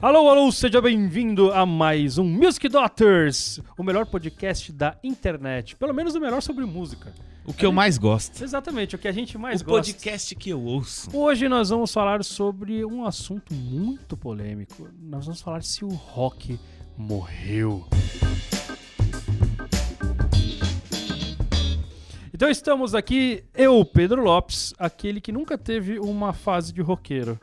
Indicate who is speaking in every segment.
Speaker 1: Alô, alô, seja bem-vindo a mais um Music Daughters, o melhor podcast da internet. Pelo menos o melhor sobre música.
Speaker 2: O que eu mais gosto.
Speaker 1: Exatamente, o que a gente mais
Speaker 2: o
Speaker 1: gosta.
Speaker 2: podcast que eu ouço.
Speaker 1: Hoje nós vamos falar sobre um assunto muito polêmico. Nós vamos falar se o rock morreu. Então estamos aqui, eu, Pedro Lopes, aquele que nunca teve uma fase de roqueiro.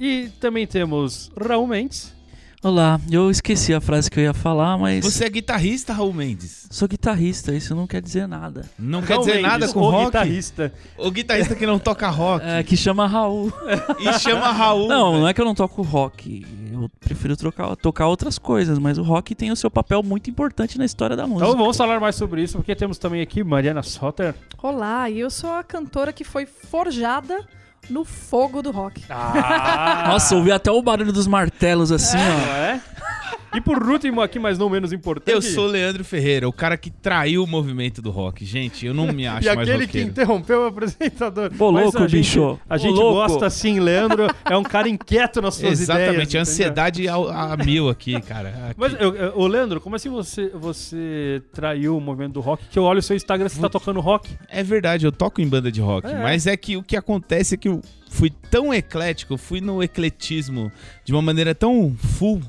Speaker 1: E também temos Raul Mendes.
Speaker 3: Olá, eu esqueci a frase que eu ia falar, mas
Speaker 2: Você é guitarrista, Raul Mendes.
Speaker 3: sou guitarrista, isso não quer dizer nada.
Speaker 2: Não quer
Speaker 1: Raul
Speaker 2: dizer
Speaker 1: Mendes,
Speaker 2: nada com
Speaker 1: o
Speaker 2: rock?
Speaker 1: guitarrista.
Speaker 2: O guitarrista que não toca rock
Speaker 3: É, que chama Raul.
Speaker 2: e chama Raul.
Speaker 3: Não, não é que eu não toco rock. Eu prefiro trocar- tocar outras coisas, mas o rock tem o seu papel muito importante na história da música.
Speaker 1: Então vamos falar mais sobre isso, porque temos também aqui Mariana Sotter.
Speaker 4: Olá, eu sou a cantora que foi forjada no fogo do rock.
Speaker 1: Ah,
Speaker 3: Nossa, eu ouvi até o barulho dos martelos assim, ó.
Speaker 1: é? E por último aqui, mas não menos importante.
Speaker 2: Eu sou o Leandro Ferreira, o cara que traiu o movimento do rock. Gente, eu não me acho
Speaker 1: E
Speaker 2: mais
Speaker 1: aquele que
Speaker 2: roqueiro.
Speaker 1: interrompeu o apresentador.
Speaker 3: Ô,
Speaker 1: Mas
Speaker 3: louco,
Speaker 1: a gente-
Speaker 3: bicho.
Speaker 1: A
Speaker 3: Ô,
Speaker 1: gente
Speaker 3: louco.
Speaker 1: gosta sim, Leandro. É um cara inquieto nas suas ideias.
Speaker 2: Exatamente,
Speaker 1: entendeu?
Speaker 2: ansiedade ao- a, mil aqui, cara. Aqui.
Speaker 1: Mas, eu, eu- ô, Leandro, como assim você, você traiu o movimento do rock? Que eu olho o seu Instagram, você tá tocando rock.
Speaker 2: É verdade, eu toco em banda de rock,
Speaker 1: É.
Speaker 2: mas é que o que acontece é que eu fui tão eclético, eu fui no ecletismo de uma maneira tão full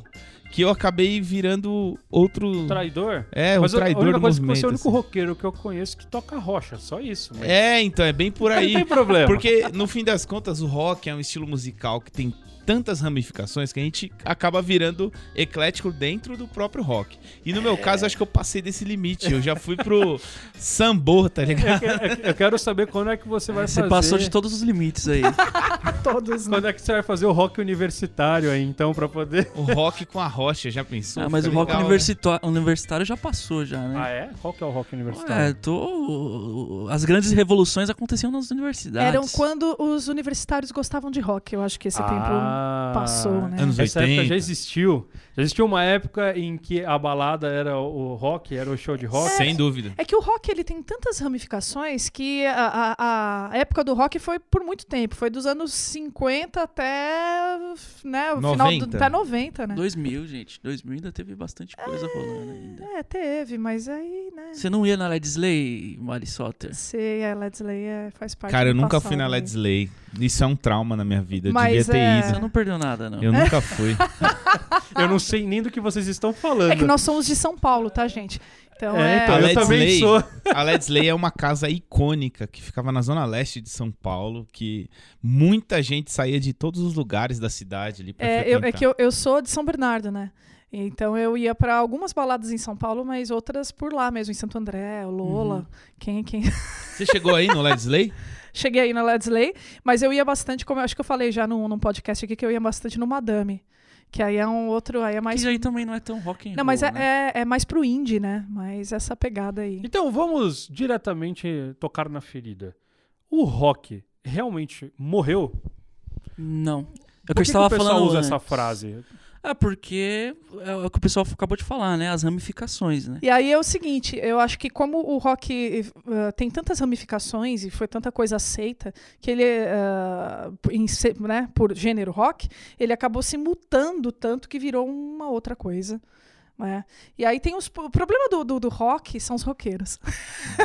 Speaker 2: que eu acabei virando outro.
Speaker 1: Traidor?
Speaker 2: É, um
Speaker 1: mas a- a
Speaker 2: traidor
Speaker 1: única
Speaker 2: do
Speaker 1: coisa é que
Speaker 2: movimento.
Speaker 1: você é o único
Speaker 2: assim.
Speaker 1: roqueiro que eu conheço que toca rocha, só isso. mas-
Speaker 2: É, então, é bem por aí.
Speaker 1: Não tem problema.
Speaker 2: Porque, no fim das contas, o rock é um estilo musical que tem tantas ramificações que a gente acaba virando eclético dentro do próprio rock. E
Speaker 4: É.
Speaker 2: no meu caso, acho que eu passei desse limite. Eu já fui pro sambor, tá ligado?
Speaker 1: Eu quero saber quando é que você vai
Speaker 3: Você
Speaker 1: fazer.
Speaker 3: passou de todos os limites aí.
Speaker 4: Todos, né?
Speaker 1: Quando é que você vai fazer o rock universitário aí, então, pra poder.
Speaker 2: O rock com a rocha, já pensou?
Speaker 3: Ah, mas o
Speaker 2: Fica
Speaker 3: rock
Speaker 2: legal, né?
Speaker 3: universita- universitário já passou já, né?
Speaker 1: Ah, é? Qual que é o rock
Speaker 3: É,
Speaker 1: universitário?
Speaker 3: tô... As grandes revoluções aconteciam nas universidades.
Speaker 4: Eram quando os universitários gostavam de rock. Eu acho que esse tempo passou, né?
Speaker 2: Ah, Anos
Speaker 1: Ah. Essa época
Speaker 2: 80.
Speaker 1: já existiu. Já existiu uma época em que a balada era o rock, era o show de rock.
Speaker 2: Sem dúvida.
Speaker 4: É que o rock ele tem tantas ramificações que a, a- a época do rock foi por muito tempo. Foi dos anos 50 até né, o final
Speaker 2: 90.
Speaker 4: do, até 90, né?
Speaker 3: 2000, gente. 2000 ainda teve bastante coisa rolando ainda.
Speaker 4: É, teve, mas aí, né?
Speaker 3: Você não ia na Led Slay, Mari Sotter?
Speaker 4: Sei, a Led Slay é, faz parte
Speaker 2: Cara, eu
Speaker 4: do
Speaker 2: nunca
Speaker 4: passado,
Speaker 2: fui na
Speaker 4: né?
Speaker 2: Led Slay. Isso é um trauma na minha vida. Eu devia
Speaker 4: Mas
Speaker 2: ter
Speaker 4: é-
Speaker 2: ido.
Speaker 3: Você não perdeu nada, não.
Speaker 2: Eu nunca fui.
Speaker 1: Eu não sei nem do que vocês estão falando.
Speaker 4: É que nós somos de São Paulo, tá, gente? Então é.
Speaker 1: então,
Speaker 2: A
Speaker 1: eu
Speaker 2: Led
Speaker 1: também
Speaker 2: Slay-
Speaker 1: sou.
Speaker 2: A Led Slay é uma casa icônica que ficava na zona leste de São Paulo, que muita gente saía de todos os lugares da cidade ali pra
Speaker 4: É, eu-
Speaker 2: frequentar.
Speaker 4: é que eu, eu sou de São Bernardo, né? Então eu ia pra algumas baladas em São Paulo, mas outras por lá mesmo, em Santo André, Lola, quem, quem.
Speaker 2: Você chegou aí no Led Slay?
Speaker 4: Cheguei aí na Ledsley, mas eu ia bastante, como eu acho que eu falei já num, num podcast aqui, que eu ia bastante no Madame, que aí é um outro, aí é mais...
Speaker 3: Mas aí também não é tão rock and roll,
Speaker 4: Não, mas é,
Speaker 3: né?
Speaker 4: é, é mais pro indie, né? Mas essa pegada aí.
Speaker 1: Então vamos diretamente tocar na ferida. O rock realmente morreu?
Speaker 3: Não. É o
Speaker 1: Por
Speaker 3: que eu
Speaker 1: que,
Speaker 3: estava
Speaker 1: que o pessoal
Speaker 3: falando
Speaker 1: usa
Speaker 3: antes.
Speaker 1: essa frase?
Speaker 3: É porque é o que o pessoal acabou de falar, né? As ramificações, né?
Speaker 4: E aí é o seguinte, eu acho que como o rock eh, tem tantas ramificações e foi tanta coisa aceita, que ele, eh, em se- né, por gênero rock, ele acabou se mutando tanto que virou uma outra coisa. né? E aí tem os. O problema do, do, do rock são os roqueiros.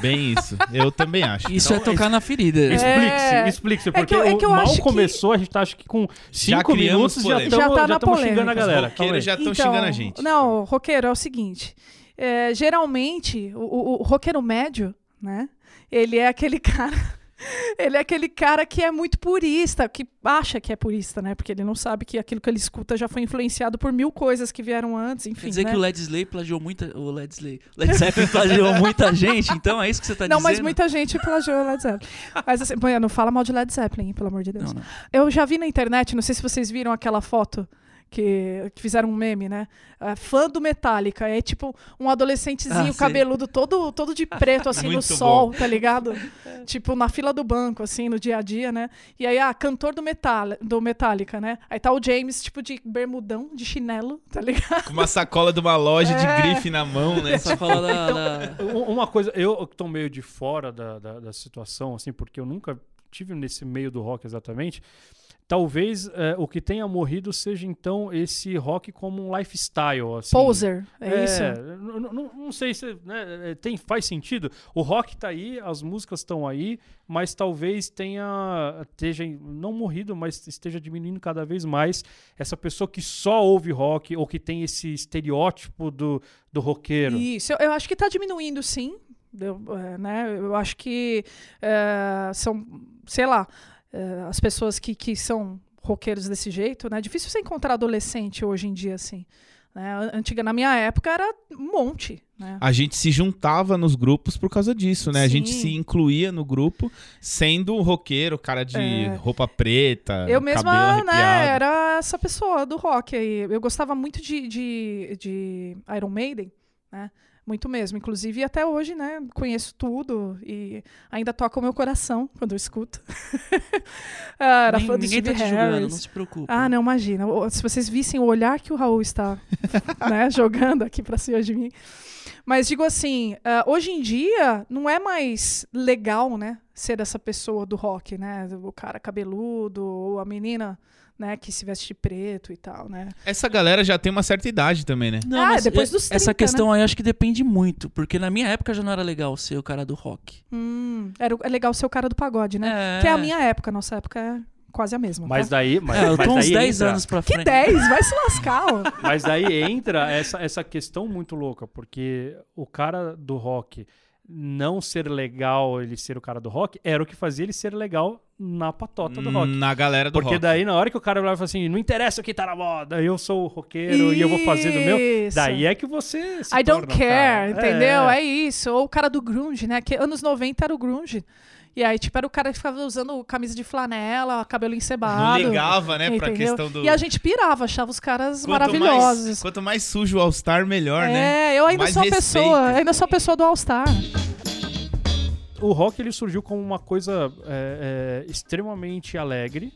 Speaker 2: Bem isso. Eu também acho. Então,
Speaker 3: Isso é tocar na ferida.
Speaker 4: então, É.
Speaker 1: Explique-se, explique-se,
Speaker 4: que
Speaker 1: porque
Speaker 4: eu- é que eu
Speaker 1: o mal
Speaker 4: acho que-
Speaker 1: começou, a gente tá, acho que com 5
Speaker 2: criamos
Speaker 1: minutos já
Speaker 2: polêmica.
Speaker 4: Já
Speaker 1: estamos
Speaker 4: tá na
Speaker 1: xingando
Speaker 4: polêmica.
Speaker 1: a galera.
Speaker 2: Os roqueiros
Speaker 1: Calma aí.
Speaker 2: já estão xingando a gente.
Speaker 4: Então, Não, roqueiro, é o seguinte. é, geralmente, o, o- o roqueiro médio, né? Ele é aquele cara. Ele é aquele cara que é muito purista, que acha que é purista, né? Porque ele não sabe que aquilo que ele escuta já foi influenciado por mil coisas que vieram antes, enfim.
Speaker 3: Quer dizer
Speaker 4: né?
Speaker 3: que o Led Slay plagiou muita... O Led Slay... O Led Zeppelin plagiou muita gente, então é isso que você tá
Speaker 4: Não,
Speaker 3: dizendo?
Speaker 4: mas muita gente plagiou Led Zeppelin. Mas assim, Bueno, não fala mal de Led Zeppelin, pelo amor de Deus.
Speaker 3: Não, não.
Speaker 4: Eu já vi na internet, não sei se vocês viram aquela foto que, que fizeram um meme, né? Ah, fã do Metallica. É tipo um
Speaker 3: Ah,
Speaker 4: adolescentezinho
Speaker 3: sei.
Speaker 4: cabeludo todo, todo de preto, assim,
Speaker 2: Muito
Speaker 4: no sol, tá ligado? tipo, na fila do banco, assim, no dia a dia, né? E aí, ah, cantor do, metal, do Metallica, né? Aí tá o James, tipo, de bermudão, de chinelo, tá ligado?
Speaker 2: Com uma sacola de uma loja
Speaker 4: É.
Speaker 2: de grife na mão, né?
Speaker 3: Só fala
Speaker 4: Então,
Speaker 3: da... da-
Speaker 1: Um- Uma coisa, eu que tô meio de fora da, da, da situação, assim, porque eu nunca tive nesse meio do rock exatamente. talvez é, o que tenha morrido seja então esse rock como um lifestyle. Assim.
Speaker 4: Poser, é, isso?
Speaker 1: n- n- Não, não sei se né, é, tem, faz sentido. O rock tá aí, as músicas estão aí, mas talvez tenha, esteja, não morrido, mas esteja diminuindo cada vez mais essa pessoa que só ouve rock ou que tem esse estereótipo do, do roqueiro.
Speaker 4: Isso, eu, eu acho que está diminuindo, sim. Eu, é, né, eu acho que é, são, sei lá, é, as pessoas que, que são roqueiros desse jeito, né? É difícil você encontrar adolescente hoje em dia, assim. Né? An- Antiga, na minha época era um monte, né?
Speaker 2: A gente se juntava nos grupos por causa disso, né? A gente
Speaker 4: Sim.
Speaker 2: se incluía no grupo sendo um roqueiro, cara de
Speaker 4: É.
Speaker 2: roupa preta,
Speaker 4: Eu
Speaker 2: Tá, cabelo
Speaker 4: mesma, né,
Speaker 2: arrepiado.
Speaker 4: era essa pessoa do rock aí. Eu gostava muito de, de, de Iron Maiden, né? Muito mesmo. Inclusive, até hoje, né? Conheço tudo e ainda toca o meu coração quando eu escuto. Ah, Era
Speaker 3: Nem-
Speaker 4: fã do
Speaker 3: ninguém tá
Speaker 4: Steve
Speaker 3: te julgando, não
Speaker 4: Harris.
Speaker 3: se preocupe.
Speaker 4: Ah, não, imagina. O- Se vocês vissem o olhar que o Raul está né, jogando aqui para cima de mim. Mas digo assim, ah, hoje em dia não é mais legal, né, ser essa pessoa do rock, né? O cara cabeludo ou a menina, né, que se veste de preto e tal, né?
Speaker 2: Essa galera já tem uma certa idade também, né?
Speaker 3: Não,
Speaker 4: Ah,
Speaker 3: mas
Speaker 4: depois
Speaker 3: é-
Speaker 4: dos 30,
Speaker 3: Essa
Speaker 4: né?
Speaker 3: questão aí eu acho que depende muito, porque na minha época já não era legal ser o cara do rock.
Speaker 4: Hum, era o- é legal ser o cara do pagode, né?
Speaker 3: É.
Speaker 4: Que é a minha época, nossa época é quase a mesma.
Speaker 1: Mas
Speaker 4: tá?
Speaker 1: daí, mas,
Speaker 3: É, eu
Speaker 1: mas
Speaker 3: tô uns
Speaker 1: daí
Speaker 3: 10
Speaker 1: entra-
Speaker 3: anos pra frente.
Speaker 4: Que 10, vai se lascar, ó.
Speaker 1: Mas daí entra essa, essa questão muito louca, porque o cara do rock não ser legal, ele ser o cara do rock, era o que fazia ele ser legal na patota do rock.
Speaker 2: Na galera do
Speaker 1: Porque
Speaker 2: rock.
Speaker 1: daí, na hora que o cara vai falar assim, não interessa o que tá na moda, eu sou o roqueiro e eu vou fazer do meu,
Speaker 4: Isso.
Speaker 1: daí é que você se
Speaker 4: I don't
Speaker 1: torna o cara.
Speaker 4: care, entendeu? É. isso. Ou o cara do grunge, né? Que anos 90 era o grunge. E aí, tipo, era o cara que ficava usando camisa de flanela, cabelo
Speaker 2: Não
Speaker 4: encebado.
Speaker 2: ligava, né, pra
Speaker 4: entendeu?
Speaker 2: questão do...
Speaker 4: E a gente pirava, achava os caras
Speaker 2: Quanto Mais,
Speaker 4: maravilhosos.
Speaker 2: quanto mais sujo o All-Star, melhor, né?
Speaker 4: É, eu ainda
Speaker 2: Mais
Speaker 4: sou a pessoa,
Speaker 2: respeito.
Speaker 4: ainda sou a pessoa do All Star.
Speaker 1: o rock ele surgiu como uma coisa é, é, extremamente alegre,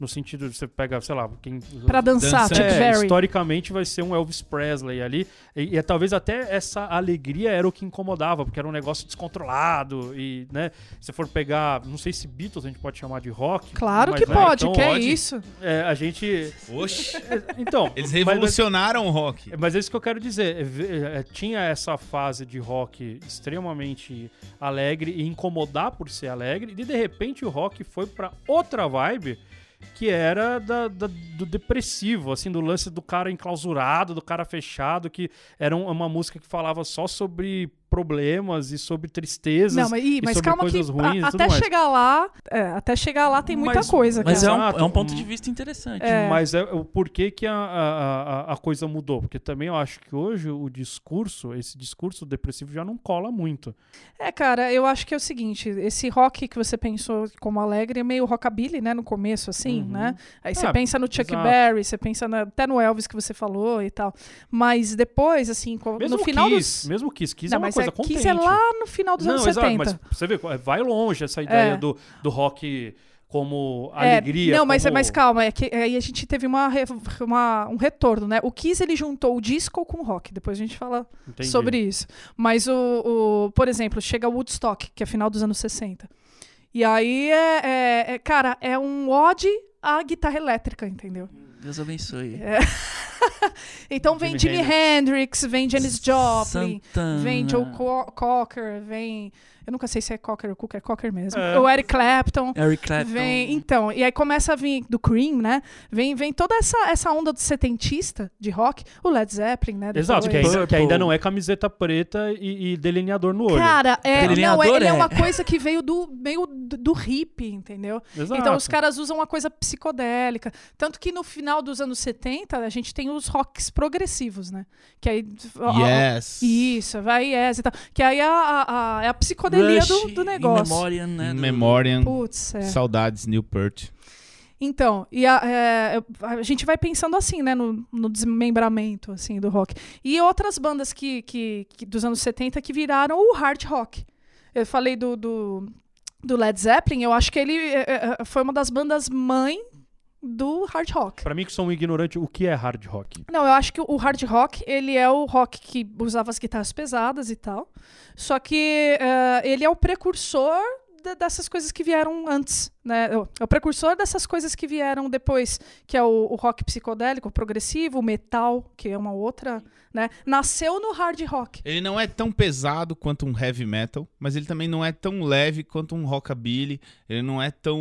Speaker 1: no sentido de você pega, sei lá, quem
Speaker 4: Pra dançar,
Speaker 2: Dançando.
Speaker 4: Chuck
Speaker 1: É,
Speaker 4: Berry.
Speaker 1: historicamente vai ser um Elvis Presley ali. E, e talvez até essa alegria era o que incomodava, porque era um negócio descontrolado. E, né, se for pegar, não sei se Beatles a gente pode chamar de rock.
Speaker 4: Claro
Speaker 1: mas,
Speaker 4: que
Speaker 1: né,
Speaker 4: pode,
Speaker 1: então,
Speaker 4: que é
Speaker 2: pode.
Speaker 4: isso.
Speaker 1: é, a gente.
Speaker 2: Oxe,
Speaker 1: Então.
Speaker 2: eles
Speaker 1: mas-
Speaker 2: revolucionaram o rock.
Speaker 1: mas é isso que eu quero dizer. É, vê- é, é, Tinha essa fase de rock extremamente alegre e incomodar por ser alegre, e de repente o rock foi pra outra vibe que era da- da- do depressivo, assim, do lance do cara enclausurado, do cara fechado, que era um- uma música que falava só sobre problemas e sobre tristezas.
Speaker 4: Não, mas, ih,
Speaker 1: e
Speaker 4: mas
Speaker 1: sobre
Speaker 4: calma que
Speaker 1: coisas ruins e
Speaker 4: a-
Speaker 1: tudo
Speaker 4: até
Speaker 1: mais.
Speaker 4: chegar lá, é, até chegar lá tem muita
Speaker 1: Mas-
Speaker 4: coisa.
Speaker 3: Mas é
Speaker 4: cara.
Speaker 3: um,
Speaker 1: Exato.
Speaker 3: é um ponto de vista interessante.
Speaker 1: Mas é o porquê que a, a, a- a coisa mudou. Porque também eu acho que hoje o discurso, esse discurso depressivo já não cola muito.
Speaker 4: É, cara, eu acho que é o seguinte, esse rock que você pensou como alegre é meio rockabilly, né, no começo, assim,
Speaker 1: Uhum.
Speaker 4: né? Aí você
Speaker 1: Ah,
Speaker 4: pensa no Chuck
Speaker 1: exato.
Speaker 4: Berry, você pensa na- até no Elvis que você falou e tal. Mas depois, assim, co-
Speaker 1: Mesmo
Speaker 4: no final
Speaker 1: Kiss,
Speaker 4: dos...
Speaker 1: mesmo Kiss, Kiss
Speaker 4: Não,
Speaker 1: é uma
Speaker 4: mas
Speaker 1: coisa
Speaker 4: é,
Speaker 1: contente.
Speaker 4: Kiss é lá no final dos
Speaker 1: Não,
Speaker 4: anos
Speaker 1: exato,
Speaker 4: 70.
Speaker 1: mas você vê, é, vai longe essa ideia
Speaker 4: É.
Speaker 1: do, do rock como
Speaker 4: É,
Speaker 1: alegria.
Speaker 4: Não, mas,
Speaker 1: como...
Speaker 4: mas calma, é que aí a gente teve uma, re- uma- um retorno, né? O Kiss, ele juntou o disco com o rock, depois a gente fala
Speaker 1: Entendi.
Speaker 4: sobre isso. Mas, o, o- por exemplo, chega Woodstock, que é final dos anos 60. E aí, é, é- é- cara, é um ode à guitarra elétrica, entendeu? É.
Speaker 3: Deus abençoe.
Speaker 4: Então vem
Speaker 1: Hum. Jimi
Speaker 4: Jimi Hendrix, vem Janis Joplin,
Speaker 3: Santana.
Speaker 4: vem Joe Co- Cocker, vem... Eu nunca sei se é Cocker ou Cooker, é Cocker mesmo.
Speaker 1: É.
Speaker 4: O Eric Clapton.
Speaker 3: Eric Clapton.
Speaker 4: Vem, então, e aí começa a vir do Cream, né? Vem, vem toda essa, essa onda do setentista de rock, o Led Zeppelin, né?
Speaker 1: Exato, que
Speaker 4: depois.
Speaker 1: ainda, que
Speaker 3: Purple.
Speaker 1: ainda não é camiseta preta e, e delineador no olho.
Speaker 4: Cara, é, não,
Speaker 3: Delineador
Speaker 4: é, ele é
Speaker 3: é.
Speaker 4: uma coisa que veio do meio do, do hippie, entendeu?
Speaker 1: Exato.
Speaker 4: Então os caras usam uma coisa psicodélica. Tanto que no final dos anos 70, a gente tem os rocks progressivos, né? Que aí.
Speaker 2: Yes.
Speaker 4: Isso, vai yes e tal. Que aí é a, a- a- é a psicodelia
Speaker 3: Rush,
Speaker 4: do, do
Speaker 3: In
Speaker 4: negócio.
Speaker 3: Memoriam, né? do-
Speaker 2: Memoriam.
Speaker 4: Putz, é.
Speaker 2: Saudades, New Newport.
Speaker 4: Então, e a, é, eu- a gente vai pensando assim, né, no, no desmembramento assim do rock. E outras bandas que, que, que- dos anos 70 que viraram o hard rock. Eu falei do, do, do Led Zeppelin, eu acho que ele é, é, foi uma das bandas mãe do hard rock.
Speaker 1: Pra mim que sou um ignorante, o que é hard rock?
Speaker 4: Não, eu acho que o hard rock, ele é o rock que usava as guitarras pesadas e tal. Só que eh, ele é o precursor da- de- dessas coisas que vieram antes, né? O- É o precursor dessas coisas que vieram depois, que é o, o rock psicodélico, o progressivo, o metal, que é uma outra, né? Nasceu no hard rock.
Speaker 2: Ele não é tão pesado quanto um heavy metal, mas ele também não é tão leve quanto um rockabilly. Ele não é tão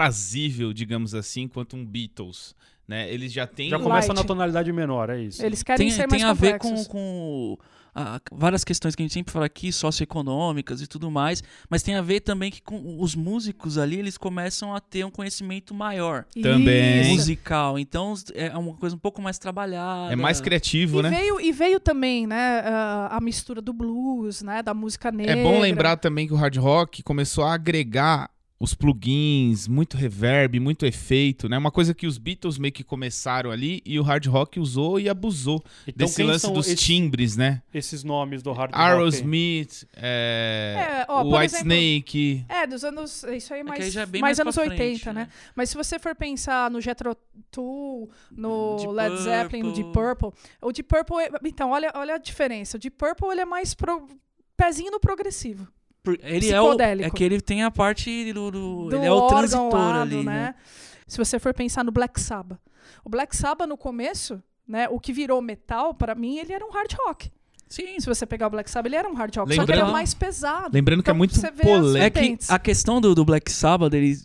Speaker 2: aprazível, digamos assim, quanto um Beatles. Né? Ele já tem.
Speaker 1: Já
Speaker 2: um-
Speaker 1: começa na
Speaker 4: Light.
Speaker 1: tonalidade menor, é isso.
Speaker 4: Eles querem
Speaker 3: Tem,
Speaker 4: ser
Speaker 3: tem
Speaker 4: mais
Speaker 3: a ver com,
Speaker 4: complexos.
Speaker 3: com ah, várias questões que a gente sempre fala aqui, socioeconômicas e tudo mais, mas tem a ver também que com os músicos ali, eles começam a ter um conhecimento maior.
Speaker 2: Também. Tem.
Speaker 4: Isso.
Speaker 3: musical. Então é uma coisa um pouco mais trabalhada.
Speaker 2: É mais criativo,
Speaker 4: E
Speaker 2: né?
Speaker 4: veio, e veio também, né, ah, a mistura do blues, né, da música negra.
Speaker 2: É bom lembrar também que o hard rock começou a agregar os plugins, muito reverb, muito efeito, né? Uma coisa que os Beatles meio que começaram ali e o hard rock usou e abusou
Speaker 1: Então,
Speaker 2: desse
Speaker 1: quem
Speaker 2: lance
Speaker 1: são
Speaker 2: dos
Speaker 1: esses,
Speaker 2: timbres, né?
Speaker 1: esses nomes do hard rock? aí?
Speaker 2: Aerosmith, é...
Speaker 4: É, ó, por
Speaker 2: White
Speaker 4: exemplo,
Speaker 2: Snake,
Speaker 4: É, dos anos. Isso aí é
Speaker 3: que
Speaker 4: mais,
Speaker 3: aí já é bem
Speaker 4: mais,
Speaker 3: mais pra
Speaker 4: anos
Speaker 3: frente,
Speaker 4: 80, né?
Speaker 3: né?
Speaker 4: Mas se você for pensar no Jethro Tull, no
Speaker 3: Deep
Speaker 4: Led Zeppelin, no Deep Purple, o Deep Purple. é- Então, olha, olha a diferença. O Deep Purple ele é mais pro, pezinho no progressivo.
Speaker 3: Por- Ele é, o,
Speaker 4: Psicodélico.
Speaker 3: é que ele tem a parte do. do-
Speaker 4: do
Speaker 3: ele é o
Speaker 4: órgão
Speaker 3: transitor
Speaker 4: lá, é?
Speaker 3: ali,
Speaker 4: do,
Speaker 3: né?
Speaker 4: Se você for pensar no Black Sabbath. O Black Sabbath, no começo, né, o que virou metal, pra mim, ele era um hard rock.
Speaker 3: Sim.
Speaker 4: Se você pegar o Black Sabbath, ele era um hard rock. Só que ele
Speaker 2: Lembrando-
Speaker 4: é mais pesado.
Speaker 2: Lembrando que é
Speaker 4: Então,
Speaker 2: muito
Speaker 4: você vê as-
Speaker 2: polêmico.
Speaker 3: É que
Speaker 4: Tentes.
Speaker 3: a questão do, do Black Sabbath, ele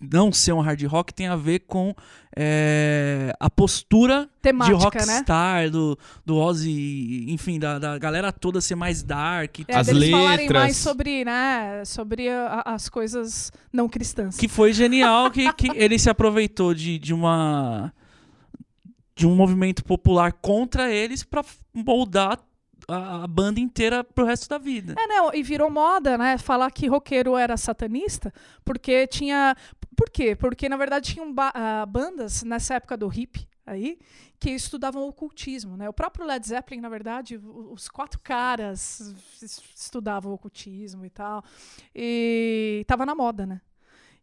Speaker 3: não ser um hard rock, tem a ver com é, a postura
Speaker 4: Temática,
Speaker 3: de
Speaker 4: né?
Speaker 3: rockstar, do, do Ozzy, enfim, da, da galera toda ser mais dark.
Speaker 4: É,
Speaker 2: As
Speaker 4: deles falarem
Speaker 2: letras.
Speaker 4: mais sobre, né, sobre a- a- as coisas não cristãs.
Speaker 3: Que foi genial que, que ele se aproveitou de, de uma. de um movimento popular contra eles pra moldar a, a banda inteira pro resto da vida.
Speaker 4: É, né? E virou moda, né? Falar que roqueiro era satanista, porque tinha. Por quê? Porque, na verdade, tinham ba- ah, bandas nessa época do hip aí que estudavam ocultismo, né? O próprio Led Zeppelin, na verdade, o- os quatro caras es- estudavam ocultismo e tal. E tava na moda, né?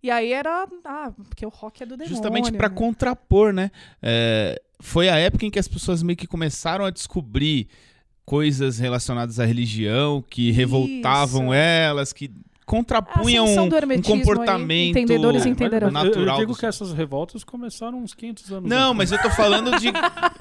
Speaker 4: E aí era. Ah, porque o rock é do demônio.
Speaker 2: Justamente pra
Speaker 4: né?
Speaker 2: contrapor, né? É, foi a época em que as pessoas meio que começaram a descobrir coisas relacionadas à religião que revoltavam
Speaker 4: Isso.
Speaker 2: elas, que contrapunham
Speaker 4: Ah, ascensão do
Speaker 2: um
Speaker 4: hermetismo aí,
Speaker 2: comportamento.
Speaker 4: entendedores
Speaker 1: É, mas
Speaker 4: entenderão.
Speaker 1: eu- Eu,
Speaker 2: Natural
Speaker 1: digo
Speaker 2: dos-
Speaker 1: que essas revoltas começaram uns 500 anos
Speaker 2: Não,
Speaker 1: antes.
Speaker 2: mas eu tô falando de.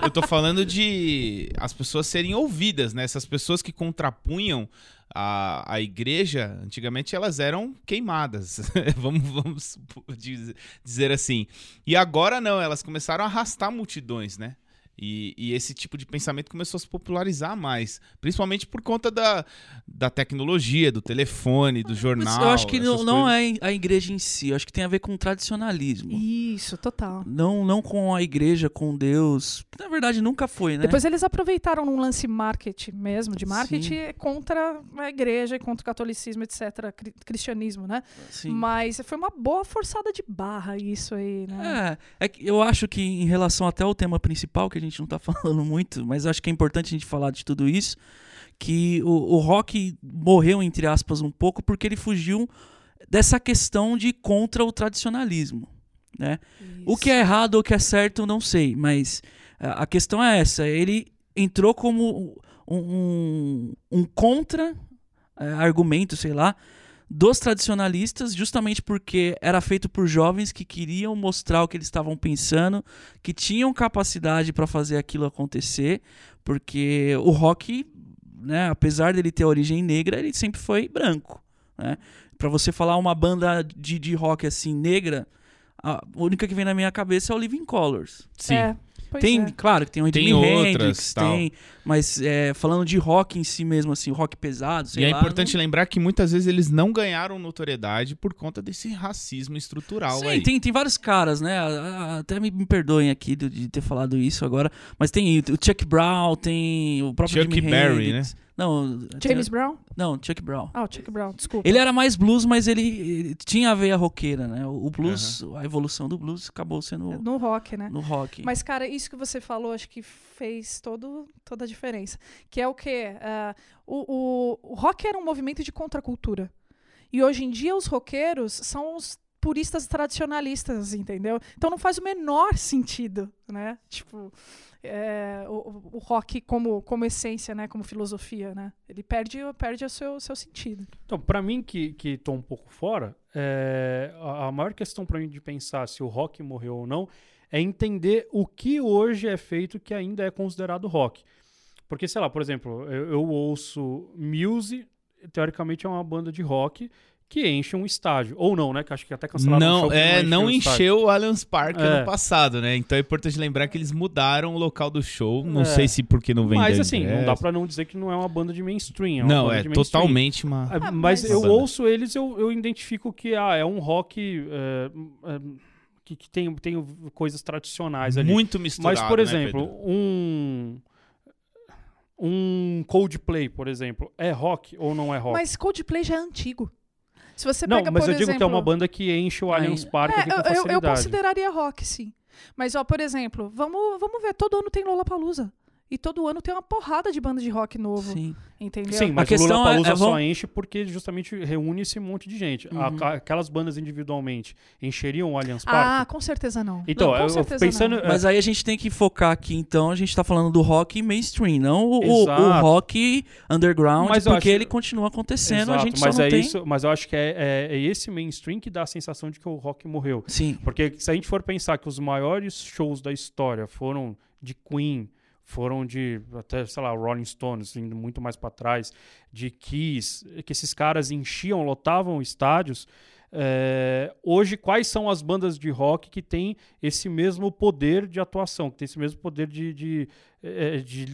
Speaker 2: Eu tô falando de as pessoas serem ouvidas, né? Essas pessoas que contrapunham a, a igreja, antigamente elas eram queimadas. vamos vamos dizer- dizer assim. E agora não, elas começaram a arrastar multidões, né? E, e esse tipo de pensamento começou a se popularizar mais, principalmente por conta da, da tecnologia, do telefone, do
Speaker 3: Mas
Speaker 2: jornal.
Speaker 3: eu acho que não,
Speaker 2: essas
Speaker 3: não
Speaker 2: coisas.
Speaker 3: é a igreja em si, eu acho que tem a ver com o tradicionalismo.
Speaker 4: Isso, total.
Speaker 3: Não, não com a igreja, com Deus. Na verdade, nunca foi, né?
Speaker 4: Depois eles aproveitaram num lance marketing mesmo, de marketing
Speaker 3: Sim.
Speaker 4: contra a igreja, e contra o catolicismo, etc., cri- cristianismo, né?
Speaker 3: Sim.
Speaker 4: Mas foi uma boa forçada de barra isso aí, né?
Speaker 3: É, é que eu acho que em relação até ao tema principal, que a gente não tá falando muito, mas eu acho que é importante a gente falar de tudo isso, que o, o rock morreu, entre aspas, um pouco, porque ele fugiu dessa questão de contra o tradicionalismo. Né? O que é errado ou o que é certo, eu não sei, mas a a questão é essa. Ele entrou como um, um, um contra-argumento, sei lá, dos tradicionalistas, justamente porque era feito por jovens que queriam mostrar o que eles estavam pensando, que tinham capacidade para fazer aquilo acontecer, porque o rock, né, apesar dele ter origem negra, ele sempre foi branco. Né? Para você falar uma banda de, de rock assim negra, a única que vem na minha cabeça é o Living Colors.
Speaker 2: Sim.
Speaker 4: É, pois
Speaker 3: tem,
Speaker 4: é.
Speaker 3: claro, que tem o
Speaker 2: Tem
Speaker 3: Jimi
Speaker 2: outras,
Speaker 3: Hendrix,
Speaker 2: tal.
Speaker 3: tem, mas é, falando de rock em si mesmo, assim, rock pesado, sei
Speaker 2: e é
Speaker 3: lá,
Speaker 2: importante
Speaker 1: né?
Speaker 2: lembrar que muitas vezes eles não ganharam notoriedade por conta desse racismo estrutural
Speaker 3: Sim,
Speaker 2: aí.
Speaker 3: Tem, tem vários caras, né? A- a- Até me, me perdoem aqui de, de ter falado isso agora. Mas tem o Chuck Brown, tem o próprio
Speaker 2: Chuck
Speaker 3: Jimi
Speaker 2: Berry, né?
Speaker 3: Hendrix. Não,
Speaker 4: James Brown?
Speaker 3: não, Chuck Brown.
Speaker 4: Ah, o Chuck Brown, desculpa.
Speaker 3: Ele era mais blues, mas ele, ele tinha a veia roqueira, né? O o blues, a evolução do blues acabou sendo
Speaker 4: No rock, né?
Speaker 3: no rock.
Speaker 4: Mas, cara, isso que você falou, acho que fez todo, toda a diferença. Que é o quê? Ah, o, o, o rock era um movimento de contracultura. E hoje em dia os roqueiros são os puristas tradicionalistas, entendeu? Então não faz o menor sentido, né? Tipo, é, o, o rock como, como essência, né? Como filosofia, né? Ele perde, perde o seu, seu sentido.
Speaker 1: Então, pra mim que, que tô um pouco fora, é, a, a maior questão pra mim de pensar se o rock morreu ou não é entender o que hoje é feito que ainda é considerado rock. Porque, sei lá, por exemplo, eu, eu ouço Muse, teoricamente é uma banda de rock que enche um estádio. Ou não, né? Que acho que até cancelaram o show
Speaker 2: Não,
Speaker 1: porque
Speaker 2: é,
Speaker 1: encheu
Speaker 2: não
Speaker 1: o estádio.
Speaker 2: encheu o Allianz Park
Speaker 1: É.
Speaker 2: ano passado, né? Então é importante lembrar que eles mudaram o local do show. Não
Speaker 1: É.
Speaker 2: sei se porque não vendeu.
Speaker 1: Mas assim, não dá
Speaker 2: ingresso.
Speaker 1: pra não dizer que não é uma banda de mainstream. É uma
Speaker 2: Não,
Speaker 1: banda
Speaker 2: é
Speaker 1: de mainstream.
Speaker 2: totalmente uma.
Speaker 1: Ah,
Speaker 4: Ah,
Speaker 1: mas
Speaker 4: mas-
Speaker 1: eu
Speaker 2: Uma banda.
Speaker 1: ouço eles, eu, eu identifico que ah, é um rock é, é, que, que tem, tem coisas tradicionais ali.
Speaker 2: Muito misturado.
Speaker 1: mas, por
Speaker 2: né,
Speaker 1: exemplo,
Speaker 2: Pedro?
Speaker 1: um. Um Coldplay, por exemplo, é rock ou não é rock?
Speaker 4: Mas Coldplay já é antigo. Se você
Speaker 1: não,
Speaker 4: pega,
Speaker 1: mas
Speaker 4: por
Speaker 1: eu digo que é uma
Speaker 4: exemplo-
Speaker 1: banda que enche o
Speaker 3: Aí-
Speaker 1: Allianz Parque
Speaker 4: É,
Speaker 1: aqui com
Speaker 4: eu- eu, eu
Speaker 1: facilidade.
Speaker 4: consideraria rock, sim. Mas, ó, por exemplo, vamos, vamos ver, todo ano tem Lollapalooza. E todo ano tem uma porrada de banda de rock novo,
Speaker 3: Sim.
Speaker 4: entendeu?
Speaker 1: Sim, mas
Speaker 3: A questão
Speaker 1: o Lula Palusa
Speaker 3: é- é,
Speaker 1: só
Speaker 3: vamos-
Speaker 1: enche porque justamente reúne esse monte de gente. A-
Speaker 3: Uhum.
Speaker 1: ca- Aquelas bandas individualmente encheriam o Allianz
Speaker 4: Ah,
Speaker 1: Parque?
Speaker 4: com certeza não.
Speaker 1: então,
Speaker 4: Com
Speaker 1: eu- eu,
Speaker 4: certeza
Speaker 1: pensando.
Speaker 4: não.
Speaker 1: é,
Speaker 3: Mas aí a gente tem que focar aqui, então, a gente tá falando do rock mainstream, não o, o-
Speaker 1: Exato.
Speaker 3: o rock underground,
Speaker 1: Mas eu
Speaker 3: porque
Speaker 1: acho-
Speaker 3: ele continua acontecendo,
Speaker 1: exato,
Speaker 3: a gente
Speaker 1: mas
Speaker 3: só não
Speaker 1: é
Speaker 3: tem...
Speaker 1: isso, mas eu acho que é, é- é esse mainstream que dá a sensação de que o rock morreu.
Speaker 3: Sim.
Speaker 1: Porque se a gente for pensar que os maiores shows da história foram de Queen, foram de até, sei lá, Rolling Stones, indo muito mais pra trás, de Kiss, que esses caras enchiam, lotavam estádios. é, hoje, quais são as bandas de rock que têm esse mesmo poder de atuação, que tem esse mesmo poder de, de, é, de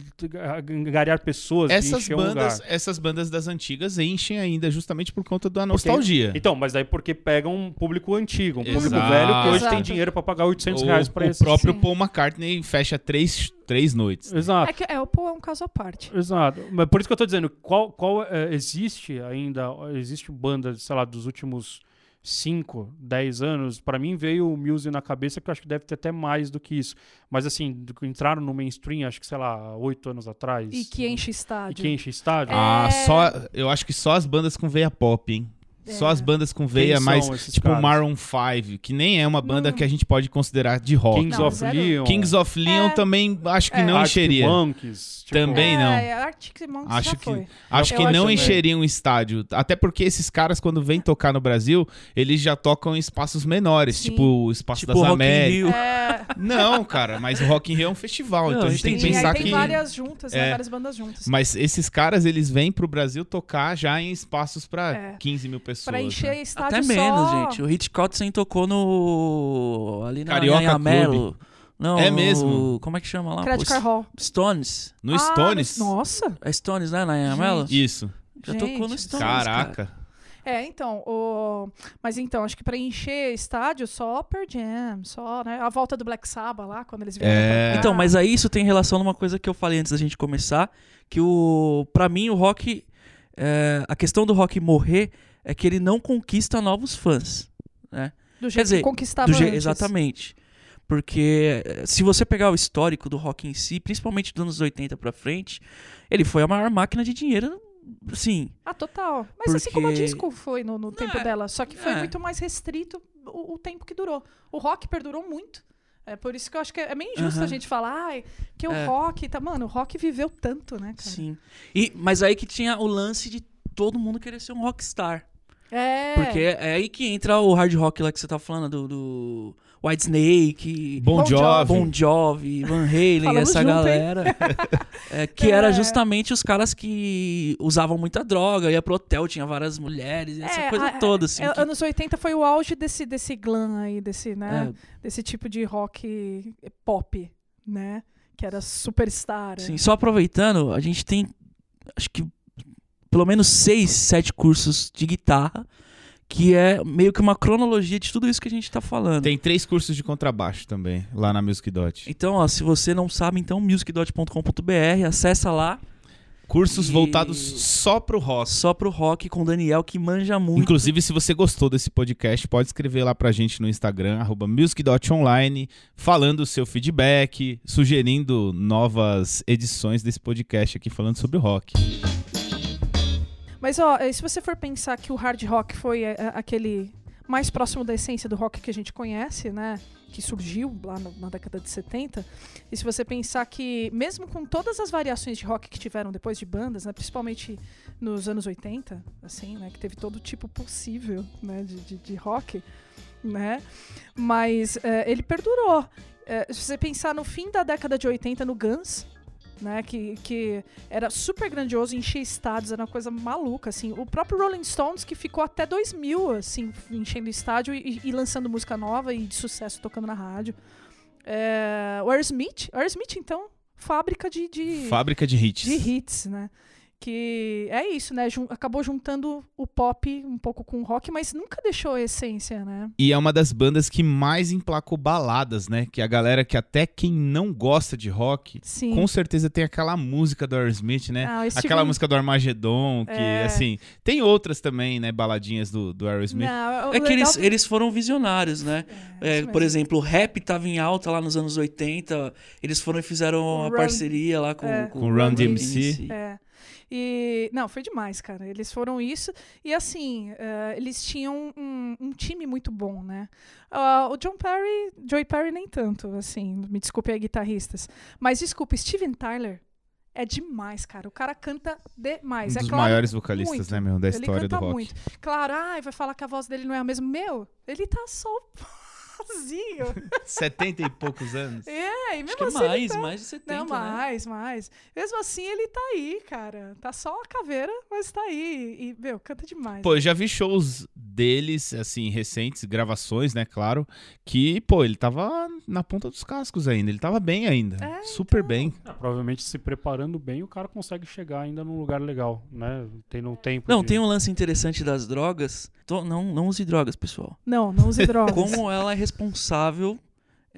Speaker 1: angariar pessoas, de
Speaker 2: Essas
Speaker 1: encher um
Speaker 2: bandas,
Speaker 1: lugar?
Speaker 2: essas bandas das antigas enchem ainda justamente por conta da nostalgia.
Speaker 1: Então, mas daí porque pega um público antigo, um público
Speaker 2: É. Exato.
Speaker 1: velho que hoje tem
Speaker 4: Exato.
Speaker 1: dinheiro pra pagar 800
Speaker 2: O-
Speaker 1: reais pra
Speaker 2: o
Speaker 1: esse.
Speaker 2: próprio
Speaker 4: Sim.
Speaker 2: Paul McCartney fecha três, três noites.
Speaker 1: Exato.
Speaker 4: É que é, o Paul é um caso à parte.
Speaker 1: Exato. Mas por isso que eu tô dizendo, qual, qual é, existe ainda, existe banda, sei lá, dos últimos 5, 10 anos, pra mim veio o Muse na cabeça, que eu acho que deve ter até mais do que isso. Mas assim, do que entraram no mainstream, acho que, sei lá, 8 anos atrás.
Speaker 4: E que enche
Speaker 1: E
Speaker 4: estádio.
Speaker 1: que enche estádio.
Speaker 2: Ah,
Speaker 4: É.
Speaker 2: só. Eu acho que só as bandas com veia pop, hein? Só
Speaker 4: É.
Speaker 2: as bandas com veia
Speaker 1: são
Speaker 2: mais.
Speaker 1: esses
Speaker 2: Tipo
Speaker 1: caras?
Speaker 2: Maroon 5, que nem é uma banda que a gente pode considerar de rock.
Speaker 1: Kings
Speaker 4: Não,
Speaker 1: of
Speaker 4: zero.
Speaker 1: Leon.
Speaker 2: Kings of Leon também acho que
Speaker 4: É.
Speaker 2: não
Speaker 1: Arctic
Speaker 2: encheria.
Speaker 1: Monkeys, tipo,
Speaker 2: Também não.
Speaker 4: É, Arctic Monkeys
Speaker 2: Acho
Speaker 4: já
Speaker 2: que-
Speaker 4: foi.
Speaker 2: Acho
Speaker 4: Eu
Speaker 2: que
Speaker 4: acho
Speaker 2: não
Speaker 1: também.
Speaker 2: encheria um estádio. Até porque esses caras, quando vêm tocar no Brasil, eles já tocam em espaços menores,
Speaker 4: Sim.
Speaker 2: tipo o Espaço
Speaker 3: Tipo
Speaker 2: das
Speaker 3: Rock in
Speaker 2: Américas.
Speaker 3: Rio.
Speaker 4: É,
Speaker 2: Não, cara, mas o Rock in Rio é um festival,
Speaker 3: Não,
Speaker 2: então a gente tem que
Speaker 3: entendi.
Speaker 4: e aí
Speaker 2: pensar
Speaker 4: tem
Speaker 2: que...
Speaker 4: várias juntas, né,
Speaker 2: É.
Speaker 4: várias bandas juntas.
Speaker 2: Mas esses caras, eles vêm pro Brasil tocar já em espaços pra
Speaker 4: É.
Speaker 2: 15 mil pessoas.
Speaker 4: pra encher
Speaker 2: né?
Speaker 4: estádio
Speaker 3: Até menos,
Speaker 4: só...
Speaker 3: gente. O Hitchcock tocou no... Ali na
Speaker 2: Carioca
Speaker 3: Anhamelo. Não,
Speaker 2: É mesmo?
Speaker 3: no- Como é que chama lá?
Speaker 4: Credit
Speaker 3: pô?
Speaker 4: Card Hall.
Speaker 3: Stones.
Speaker 2: No
Speaker 4: Ah,
Speaker 2: Stones?
Speaker 4: Nossa!
Speaker 3: É Stones, né? Na Anhamelo?
Speaker 2: Isso.
Speaker 3: Já tocou no
Speaker 4: Gente,
Speaker 3: Stones, cara.
Speaker 2: Caraca.
Speaker 4: É, então, o... mas então, acho que pra encher estádio só Pearl Jam, só, né? A volta do Black Sabbath lá, quando eles vieram
Speaker 2: É.
Speaker 4: pra cá.
Speaker 3: Então, mas aí isso tem relação numa coisa que eu falei antes da gente começar, que o para mim o rock é, a questão do rock morrer é que ele não conquista novos fãs, né?
Speaker 4: Do jeito
Speaker 3: dizer,
Speaker 4: que conquistava
Speaker 3: Do je-
Speaker 4: antes.
Speaker 3: exatamente. Porque eh, se você pegar o histórico do rock em si, principalmente dos anos 80 pra frente, ele foi a maior máquina de dinheiro, sim.
Speaker 4: Ah, total. Mas assim
Speaker 3: Porque-
Speaker 4: como a disco foi no, no tempo
Speaker 3: É,
Speaker 4: dela, só que foi
Speaker 3: é.
Speaker 4: muito mais restrito o, o tempo que durou. O rock perdurou muito. É por isso que eu acho que é meio injusto a
Speaker 3: Aham.
Speaker 4: gente falar ai, que
Speaker 3: É.
Speaker 4: o rock tá. Mano, o rock viveu tanto, né, cara?
Speaker 3: Sim. E mas aí que tinha o lance de todo mundo querer ser um rockstar.
Speaker 4: É.
Speaker 3: Porque é aí que entra o hard rock lá que você tá falando, do, do White Snake,
Speaker 2: Bon
Speaker 4: Bon
Speaker 2: Jovi.
Speaker 3: Bon Jovi, Van Halen,
Speaker 4: Falamos
Speaker 3: essa
Speaker 4: junto, hein?
Speaker 3: galera. É, que era
Speaker 4: É.
Speaker 3: justamente os caras que usavam muita droga, ia pro hotel, tinha várias mulheres, essa
Speaker 4: É,
Speaker 3: coisa
Speaker 4: a-
Speaker 3: toda, assim.
Speaker 4: é,
Speaker 3: que-
Speaker 4: Anos 80 foi o auge desse, desse glam aí, desse, né?
Speaker 3: é,
Speaker 4: Desse tipo de rock pop, né? Que era superstar.
Speaker 3: Sim, só aproveitando, a gente tem acho que pelo menos seis, sete cursos de guitarra, que é meio que uma cronologia de tudo isso que a gente tá falando.
Speaker 2: Tem três cursos de contrabaixo também, lá na Music Dot.
Speaker 3: Então, ó, se você não sabe, então musicdot.com.br, acessa lá,
Speaker 2: Cursos
Speaker 3: E-
Speaker 2: voltados só pro rock.
Speaker 3: só pro rock com o Daniel, que manja muito.
Speaker 2: Inclusive, se você gostou desse podcast, pode escrever lá pra gente no Instagram, arroba music.online, falando o seu feedback, sugerindo novas edições desse podcast aqui falando sobre rock.
Speaker 4: Mas, ó, eh, se você for pensar que o hard rock foi eh, é, aquele mais próximo da essência do rock que a gente conhece, né? Que surgiu lá no- na década de 70. E se você pensar que, mesmo com todas as variações de rock que tiveram depois de bandas, né, principalmente nos anos 80, assim, né? Que teve todo tipo possível né, de, de, de rock, né? Mas é, ele perdurou. É, se você pensar no fim da década de 80, no Guns, né, que, que era super grandioso, enchia estádios, era uma coisa maluca, assim. O próprio Rolling Stones, que ficou até 2000, assim, enchendo estádio e, e lançando música nova e de sucesso tocando na rádio. É, o Aerosmith, Aerosmith, então, fábrica de... de
Speaker 2: Fábrica de hits.
Speaker 4: de hits, né? Que é isso, né? Jun- acabou juntando o pop um pouco com o rock, mas nunca deixou a essência, né?
Speaker 2: E é uma das bandas que mais emplacou baladas, né? Que a galera que até quem não gosta de rock,
Speaker 4: Sim.
Speaker 2: com certeza tem aquela música do Aerosmith, né?
Speaker 4: Ah, o Steven-
Speaker 2: Aquela música do Armagedon, que
Speaker 4: É.
Speaker 2: assim. Tem outras também, né? Baladinhas do, do Aerosmith.
Speaker 4: Não, o
Speaker 3: É que
Speaker 4: legal-
Speaker 3: eles, eles foram visionários, né? É,
Speaker 4: isso
Speaker 3: por
Speaker 4: mesmo.
Speaker 3: exemplo, o rap tava em alta lá nos anos 80. Eles foram e fizeram uma
Speaker 4: Run-
Speaker 3: parceria lá com,
Speaker 4: é.
Speaker 2: Com o Run DMC.
Speaker 4: É. E, não, foi demais, cara. Eles foram isso. E assim, eh, eles tinham um, um time muito bom, né? Ah, o John Perry, Joey Perry nem tanto, assim, me desculpe aí, guitarristas. Mas desculpa, Steven Tyler é demais, cara. O cara canta
Speaker 2: um
Speaker 4: demais.
Speaker 2: dos
Speaker 4: é claro,
Speaker 2: maiores vocalistas,
Speaker 4: muito.
Speaker 2: né, meu? Da
Speaker 4: ele
Speaker 2: história do
Speaker 4: canta
Speaker 2: rock.
Speaker 4: muito. Claro, ai, vai falar que a voz dele não é a mesma. Meu, ele tá só sozinho.
Speaker 2: 70 e poucos anos.
Speaker 4: É, e
Speaker 3: Acho
Speaker 4: mesmo
Speaker 3: que é
Speaker 4: assim ele
Speaker 3: mais,
Speaker 2: um
Speaker 4: tá-
Speaker 3: mais de 70,
Speaker 4: não,
Speaker 3: né?
Speaker 4: mais, mais. Mesmo assim, ele tá aí, cara. Tá só a caveira, mas tá aí. E, meu, canta demais.
Speaker 2: Pô, eu já vi shows deles, assim, recentes, gravações, né, claro, que, pô, ele tava na ponta dos cascos ainda, ele tava bem ainda,
Speaker 4: É,
Speaker 2: super bem.
Speaker 1: Ah, provavelmente se preparando bem, o cara consegue chegar ainda num lugar legal, né? Tem um tempo.
Speaker 3: Não,
Speaker 1: de-
Speaker 3: tem um lance interessante das drogas. Tô- não, não use drogas, pessoal.
Speaker 4: Não, não use drogas.
Speaker 3: Como ela é responsável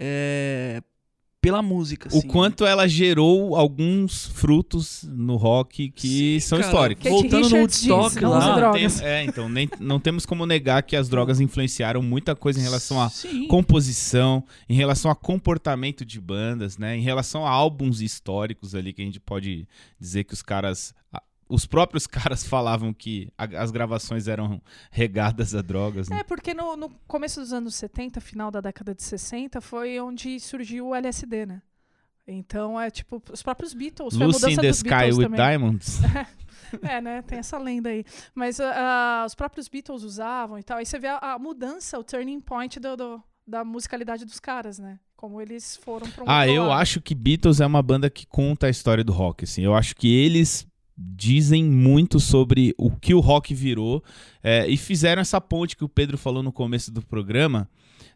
Speaker 3: é, pela música.
Speaker 2: O
Speaker 3: assim.
Speaker 2: quanto ela gerou alguns frutos no rock que
Speaker 3: Sim,
Speaker 2: são
Speaker 3: cara.
Speaker 2: históricos.
Speaker 4: Kate
Speaker 3: Voltando no
Speaker 4: Richards diz,
Speaker 3: Woodstock
Speaker 4: não use
Speaker 3: lá,
Speaker 2: Não, tem-
Speaker 4: drogas.
Speaker 2: é, então, nem- não temos como negar que as drogas influenciaram muita coisa em relação a
Speaker 3: Sim.
Speaker 2: composição, em relação a comportamento de bandas, né? Em relação a álbuns históricos ali que a gente pode dizer que os caras a- os próprios caras falavam que a- as gravações eram regadas a drogas, né?
Speaker 4: É, porque no, no começo dos anos 70, final da década de 60, foi onde surgiu o LSD, né? Então, é tipo, os próprios Beatles. foi a
Speaker 2: Lucy in
Speaker 4: mudança
Speaker 2: the
Speaker 4: dos
Speaker 2: Sky
Speaker 4: Beatles
Speaker 2: with
Speaker 4: também. né?
Speaker 2: Diamonds.
Speaker 4: É, né? Tem essa lenda aí. Mas ah, ah, os próprios Beatles usavam e tal. Aí você vê a, a mudança, o turning point do- do- da musicalidade dos caras, né? Como eles foram pra um
Speaker 2: Ah,
Speaker 4: outro
Speaker 2: eu
Speaker 4: lado.
Speaker 2: acho que Beatles é uma banda que conta a história do rock, assim. Eu acho que eles dizem muito sobre o que o rock virou é, e fizeram essa ponte que o Pedro falou no começo do programa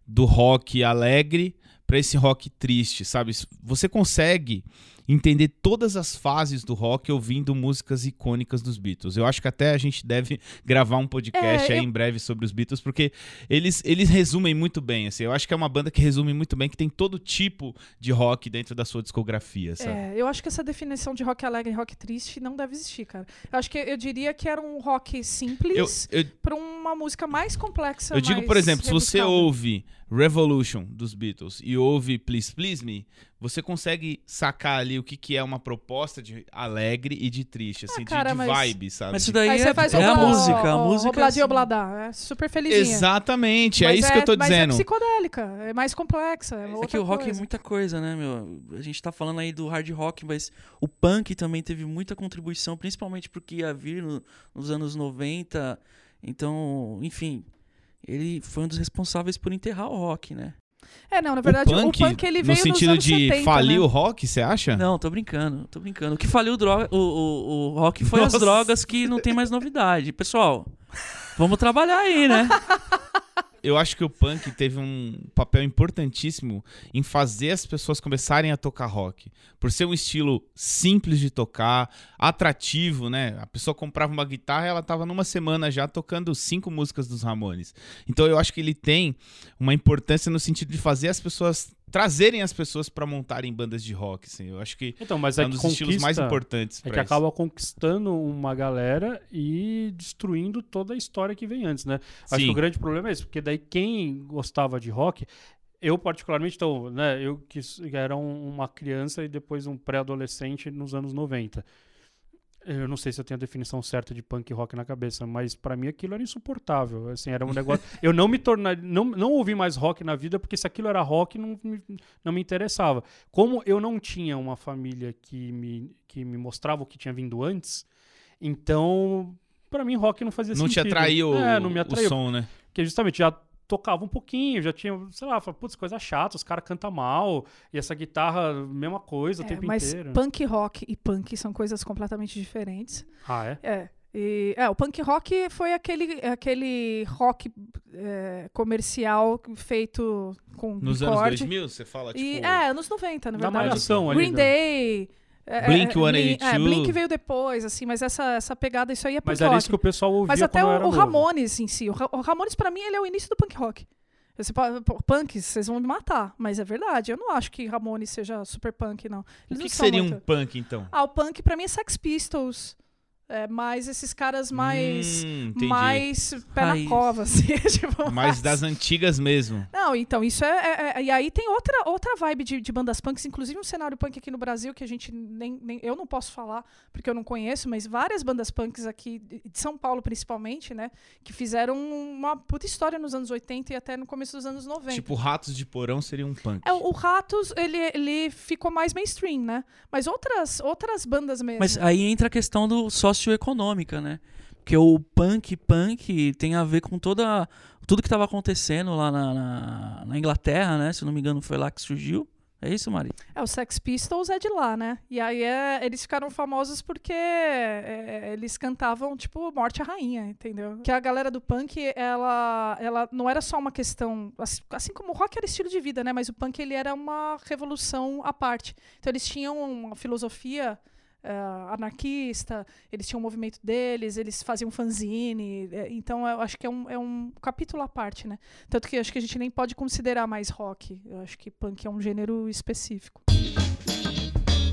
Speaker 2: do rock alegre para esse rock triste, sabe? Você consegue entender todas as fases do rock ouvindo músicas icônicas dos Beatles. Eu acho que até a gente deve gravar um podcast
Speaker 4: É,
Speaker 2: aí
Speaker 4: eu-
Speaker 2: em breve sobre os Beatles, porque eles, eles resumem muito bem, assim. Eu acho que é uma banda que resume muito bem, que tem todo tipo de rock dentro da sua discografia, sabe?
Speaker 4: É, eu acho que essa definição de rock alegre e rock triste não deve existir, cara. Eu acho que eu diria que era um rock
Speaker 2: Eu,
Speaker 4: simples
Speaker 2: eu,
Speaker 4: pra uma música mais complexa.
Speaker 2: eu digo, por
Speaker 4: mais
Speaker 2: exemplo, se você
Speaker 4: rebuscada.
Speaker 2: ouve Revolution dos Beatles e ouve Please Please Me, você consegue sacar ali o que, que é uma proposta de alegre e de triste, assim, de-
Speaker 4: Ah, cara,
Speaker 2: de,
Speaker 4: mas-
Speaker 2: vibe, sabe?
Speaker 3: Mas isso
Speaker 2: De-
Speaker 3: daí
Speaker 4: Aí
Speaker 3: é,
Speaker 4: você faz
Speaker 3: é a
Speaker 4: oblá-
Speaker 3: música. A
Speaker 4: o- o
Speaker 3: música.
Speaker 4: Obladi
Speaker 3: assim,
Speaker 4: Obladá, é super felizinha.
Speaker 2: Exatamente, é
Speaker 4: Mas
Speaker 2: isso que eu tô
Speaker 4: Mas é
Speaker 2: dizendo.
Speaker 4: psicodélica, é mais complexa. É,
Speaker 3: É
Speaker 4: outra
Speaker 3: que o rock
Speaker 4: coisa.
Speaker 3: é muita coisa, né, meu? A gente tá falando aí do hard rock, mas o punk também teve muita contribuição, principalmente porque ia vir no- nos anos 90. Então, enfim, ele foi um dos responsáveis por enterrar o rock, né?
Speaker 4: É, não, na verdade, o punk, ele veio
Speaker 2: no sentido
Speaker 4: nos anos
Speaker 2: de
Speaker 4: 70,
Speaker 2: falir
Speaker 4: né?
Speaker 2: o rock, você acha?
Speaker 3: Não, tô brincando, tô brincando. O que faliu o, droga- o, o- o rock foi
Speaker 2: Nossa.
Speaker 3: as drogas que não tem mais novidade. Pessoal, vamos trabalhar aí, né?
Speaker 2: Eu acho que o punk teve um papel importantíssimo em fazer as pessoas começarem a tocar rock. Por ser um estilo simples de tocar, atrativo, né? A pessoa comprava uma guitarra e ela tava numa semana já tocando cinco músicas dos Ramones. Então eu acho que ele tem uma importância no sentido de fazer as pessoas trazerem as pessoas pra montarem bandas de rock, assim. Eu acho que
Speaker 1: Então, mas
Speaker 2: é
Speaker 1: é
Speaker 2: um
Speaker 1: que
Speaker 2: dos
Speaker 1: conquista,
Speaker 2: estilos mais importantes
Speaker 1: É
Speaker 2: pra
Speaker 1: que
Speaker 2: isso.
Speaker 1: acaba conquistando uma galera e destruindo toda a história que vem antes, né? Acho
Speaker 2: Sim.
Speaker 1: que o grande problema é esse, porque daí quem gostava de rock, eu particularmente, então, né, eu que s- era um- uma criança e depois um pré-adolescente nos anos 90. Eu não sei se eu tenho a definição certa de punk rock na cabeça, mas pra mim aquilo era insuportável. Assim, era um negócio. eu não me tornar, não, não ouvi mais rock na vida porque se aquilo era rock não me, não me interessava. Como eu não tinha uma família que me, que me mostrava o que tinha vindo antes, então pra mim rock não fazia
Speaker 2: Não te
Speaker 1: sentido.
Speaker 2: atraiu,
Speaker 1: é, não me
Speaker 2: o
Speaker 1: atraiu.
Speaker 2: som, né?
Speaker 1: Porque justamente já tocava um pouquinho, já tinha, sei lá, falava, putz, coisa chata, os caras cantam mal, e essa guitarra, mesma coisa o
Speaker 4: É,
Speaker 1: tempo
Speaker 4: mas
Speaker 1: inteiro.
Speaker 4: punk rock e punk são coisas completamente diferentes.
Speaker 1: Ah, é?
Speaker 4: É. E, é, o punk rock foi aquele, aquele rock é, comercial feito com
Speaker 2: Nos anos
Speaker 4: bigode.
Speaker 2: 2000, você fala, tipo...
Speaker 4: E, é, anos 90, na
Speaker 1: Na
Speaker 4: verdade.
Speaker 1: malhação ali.
Speaker 4: Green
Speaker 1: né?
Speaker 4: Day. é,
Speaker 2: Blink
Speaker 4: é,
Speaker 2: 182.
Speaker 4: É, Blink veio depois, assim, mas essa, essa pegada, isso aí é punk
Speaker 1: Mas
Speaker 4: rock.
Speaker 1: era isso que o pessoal ouvia
Speaker 4: Mas até
Speaker 1: quando
Speaker 4: o,
Speaker 1: eu era
Speaker 4: o
Speaker 1: novo.
Speaker 4: Ramones em si. O, Ra- o Ramones, pra mim, ele é o início do punk rock. Você po- po- punks, vocês vão me matar, mas é verdade. Eu não acho que Ramones seja super punk, não.
Speaker 2: O que,
Speaker 4: Eles não
Speaker 2: que
Speaker 4: são
Speaker 2: seria
Speaker 4: muito-
Speaker 2: um punk, então?
Speaker 4: Ah, o punk pra mim é Sex Pistols. É, mais esses caras mais.
Speaker 2: Hum, entendi.
Speaker 4: mais pé
Speaker 3: Raiz.
Speaker 4: na cova, assim. tipo,
Speaker 2: Mais das antigas mesmo.
Speaker 4: Não, então, isso é. é- é- e aí tem outra, outra vibe de, de bandas punks, inclusive um cenário punk aqui no Brasil que a gente nem, nem- Eu não posso falar porque eu não conheço, mas várias bandas punks aqui, de de São Paulo principalmente, né? Que fizeram uma puta história nos anos 80 e até no começo dos anos 90.
Speaker 2: Tipo, Ratos de Porão seria um punk.
Speaker 4: É, o Ratos, ele, ele ficou mais mainstream, né? Mas outras, outras bandas mesmo.
Speaker 3: Mas aí entra a questão do socioeconômica, né? Porque o punk punk tem a ver com toda tudo que estava acontecendo lá na, na- na Inglaterra, né? Se eu não me engano, foi lá que surgiu. É isso, Mari?
Speaker 4: É, o Sex Pistols é de lá, né? E aí é- eles ficaram famosos porque é, eles cantavam, tipo, Morte à Rainha, entendeu? Que a galera do punk, ela, ela não era só uma questão. Assim, assim como o rock era estilo de vida, né? Mas o punk ele era uma revolução à parte. Então eles tinham uma filosofia. eh, anarquista, eles tinham o movimento deles, eles faziam fanzine, eh, então eu acho que é um, é um capítulo à parte, né? Tanto que eu acho que a gente nem pode considerar mais rock, eu acho que punk é um gênero específico.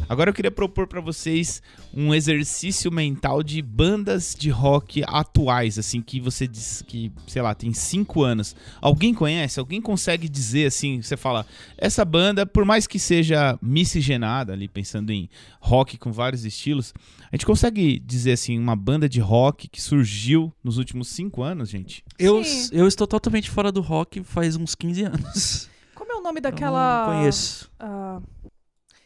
Speaker 2: Agora eu queria propor pra vocês um exercício mental de bandas de rock atuais, assim, que você diz que, sei lá, tem cinco anos. Alguém conhece? Alguém consegue dizer, assim, você fala, essa banda, por mais que seja miscigenada, ali, pensando em rock com vários estilos, a gente consegue dizer, assim, uma banda de rock que surgiu nos últimos cinco anos, gente?
Speaker 3: Eu,
Speaker 4: Sim.
Speaker 3: eu estou totalmente fora do rock faz uns 15 anos.
Speaker 4: Como é o nome
Speaker 3: Eu
Speaker 4: daquela.
Speaker 3: Não conheço.
Speaker 4: ah,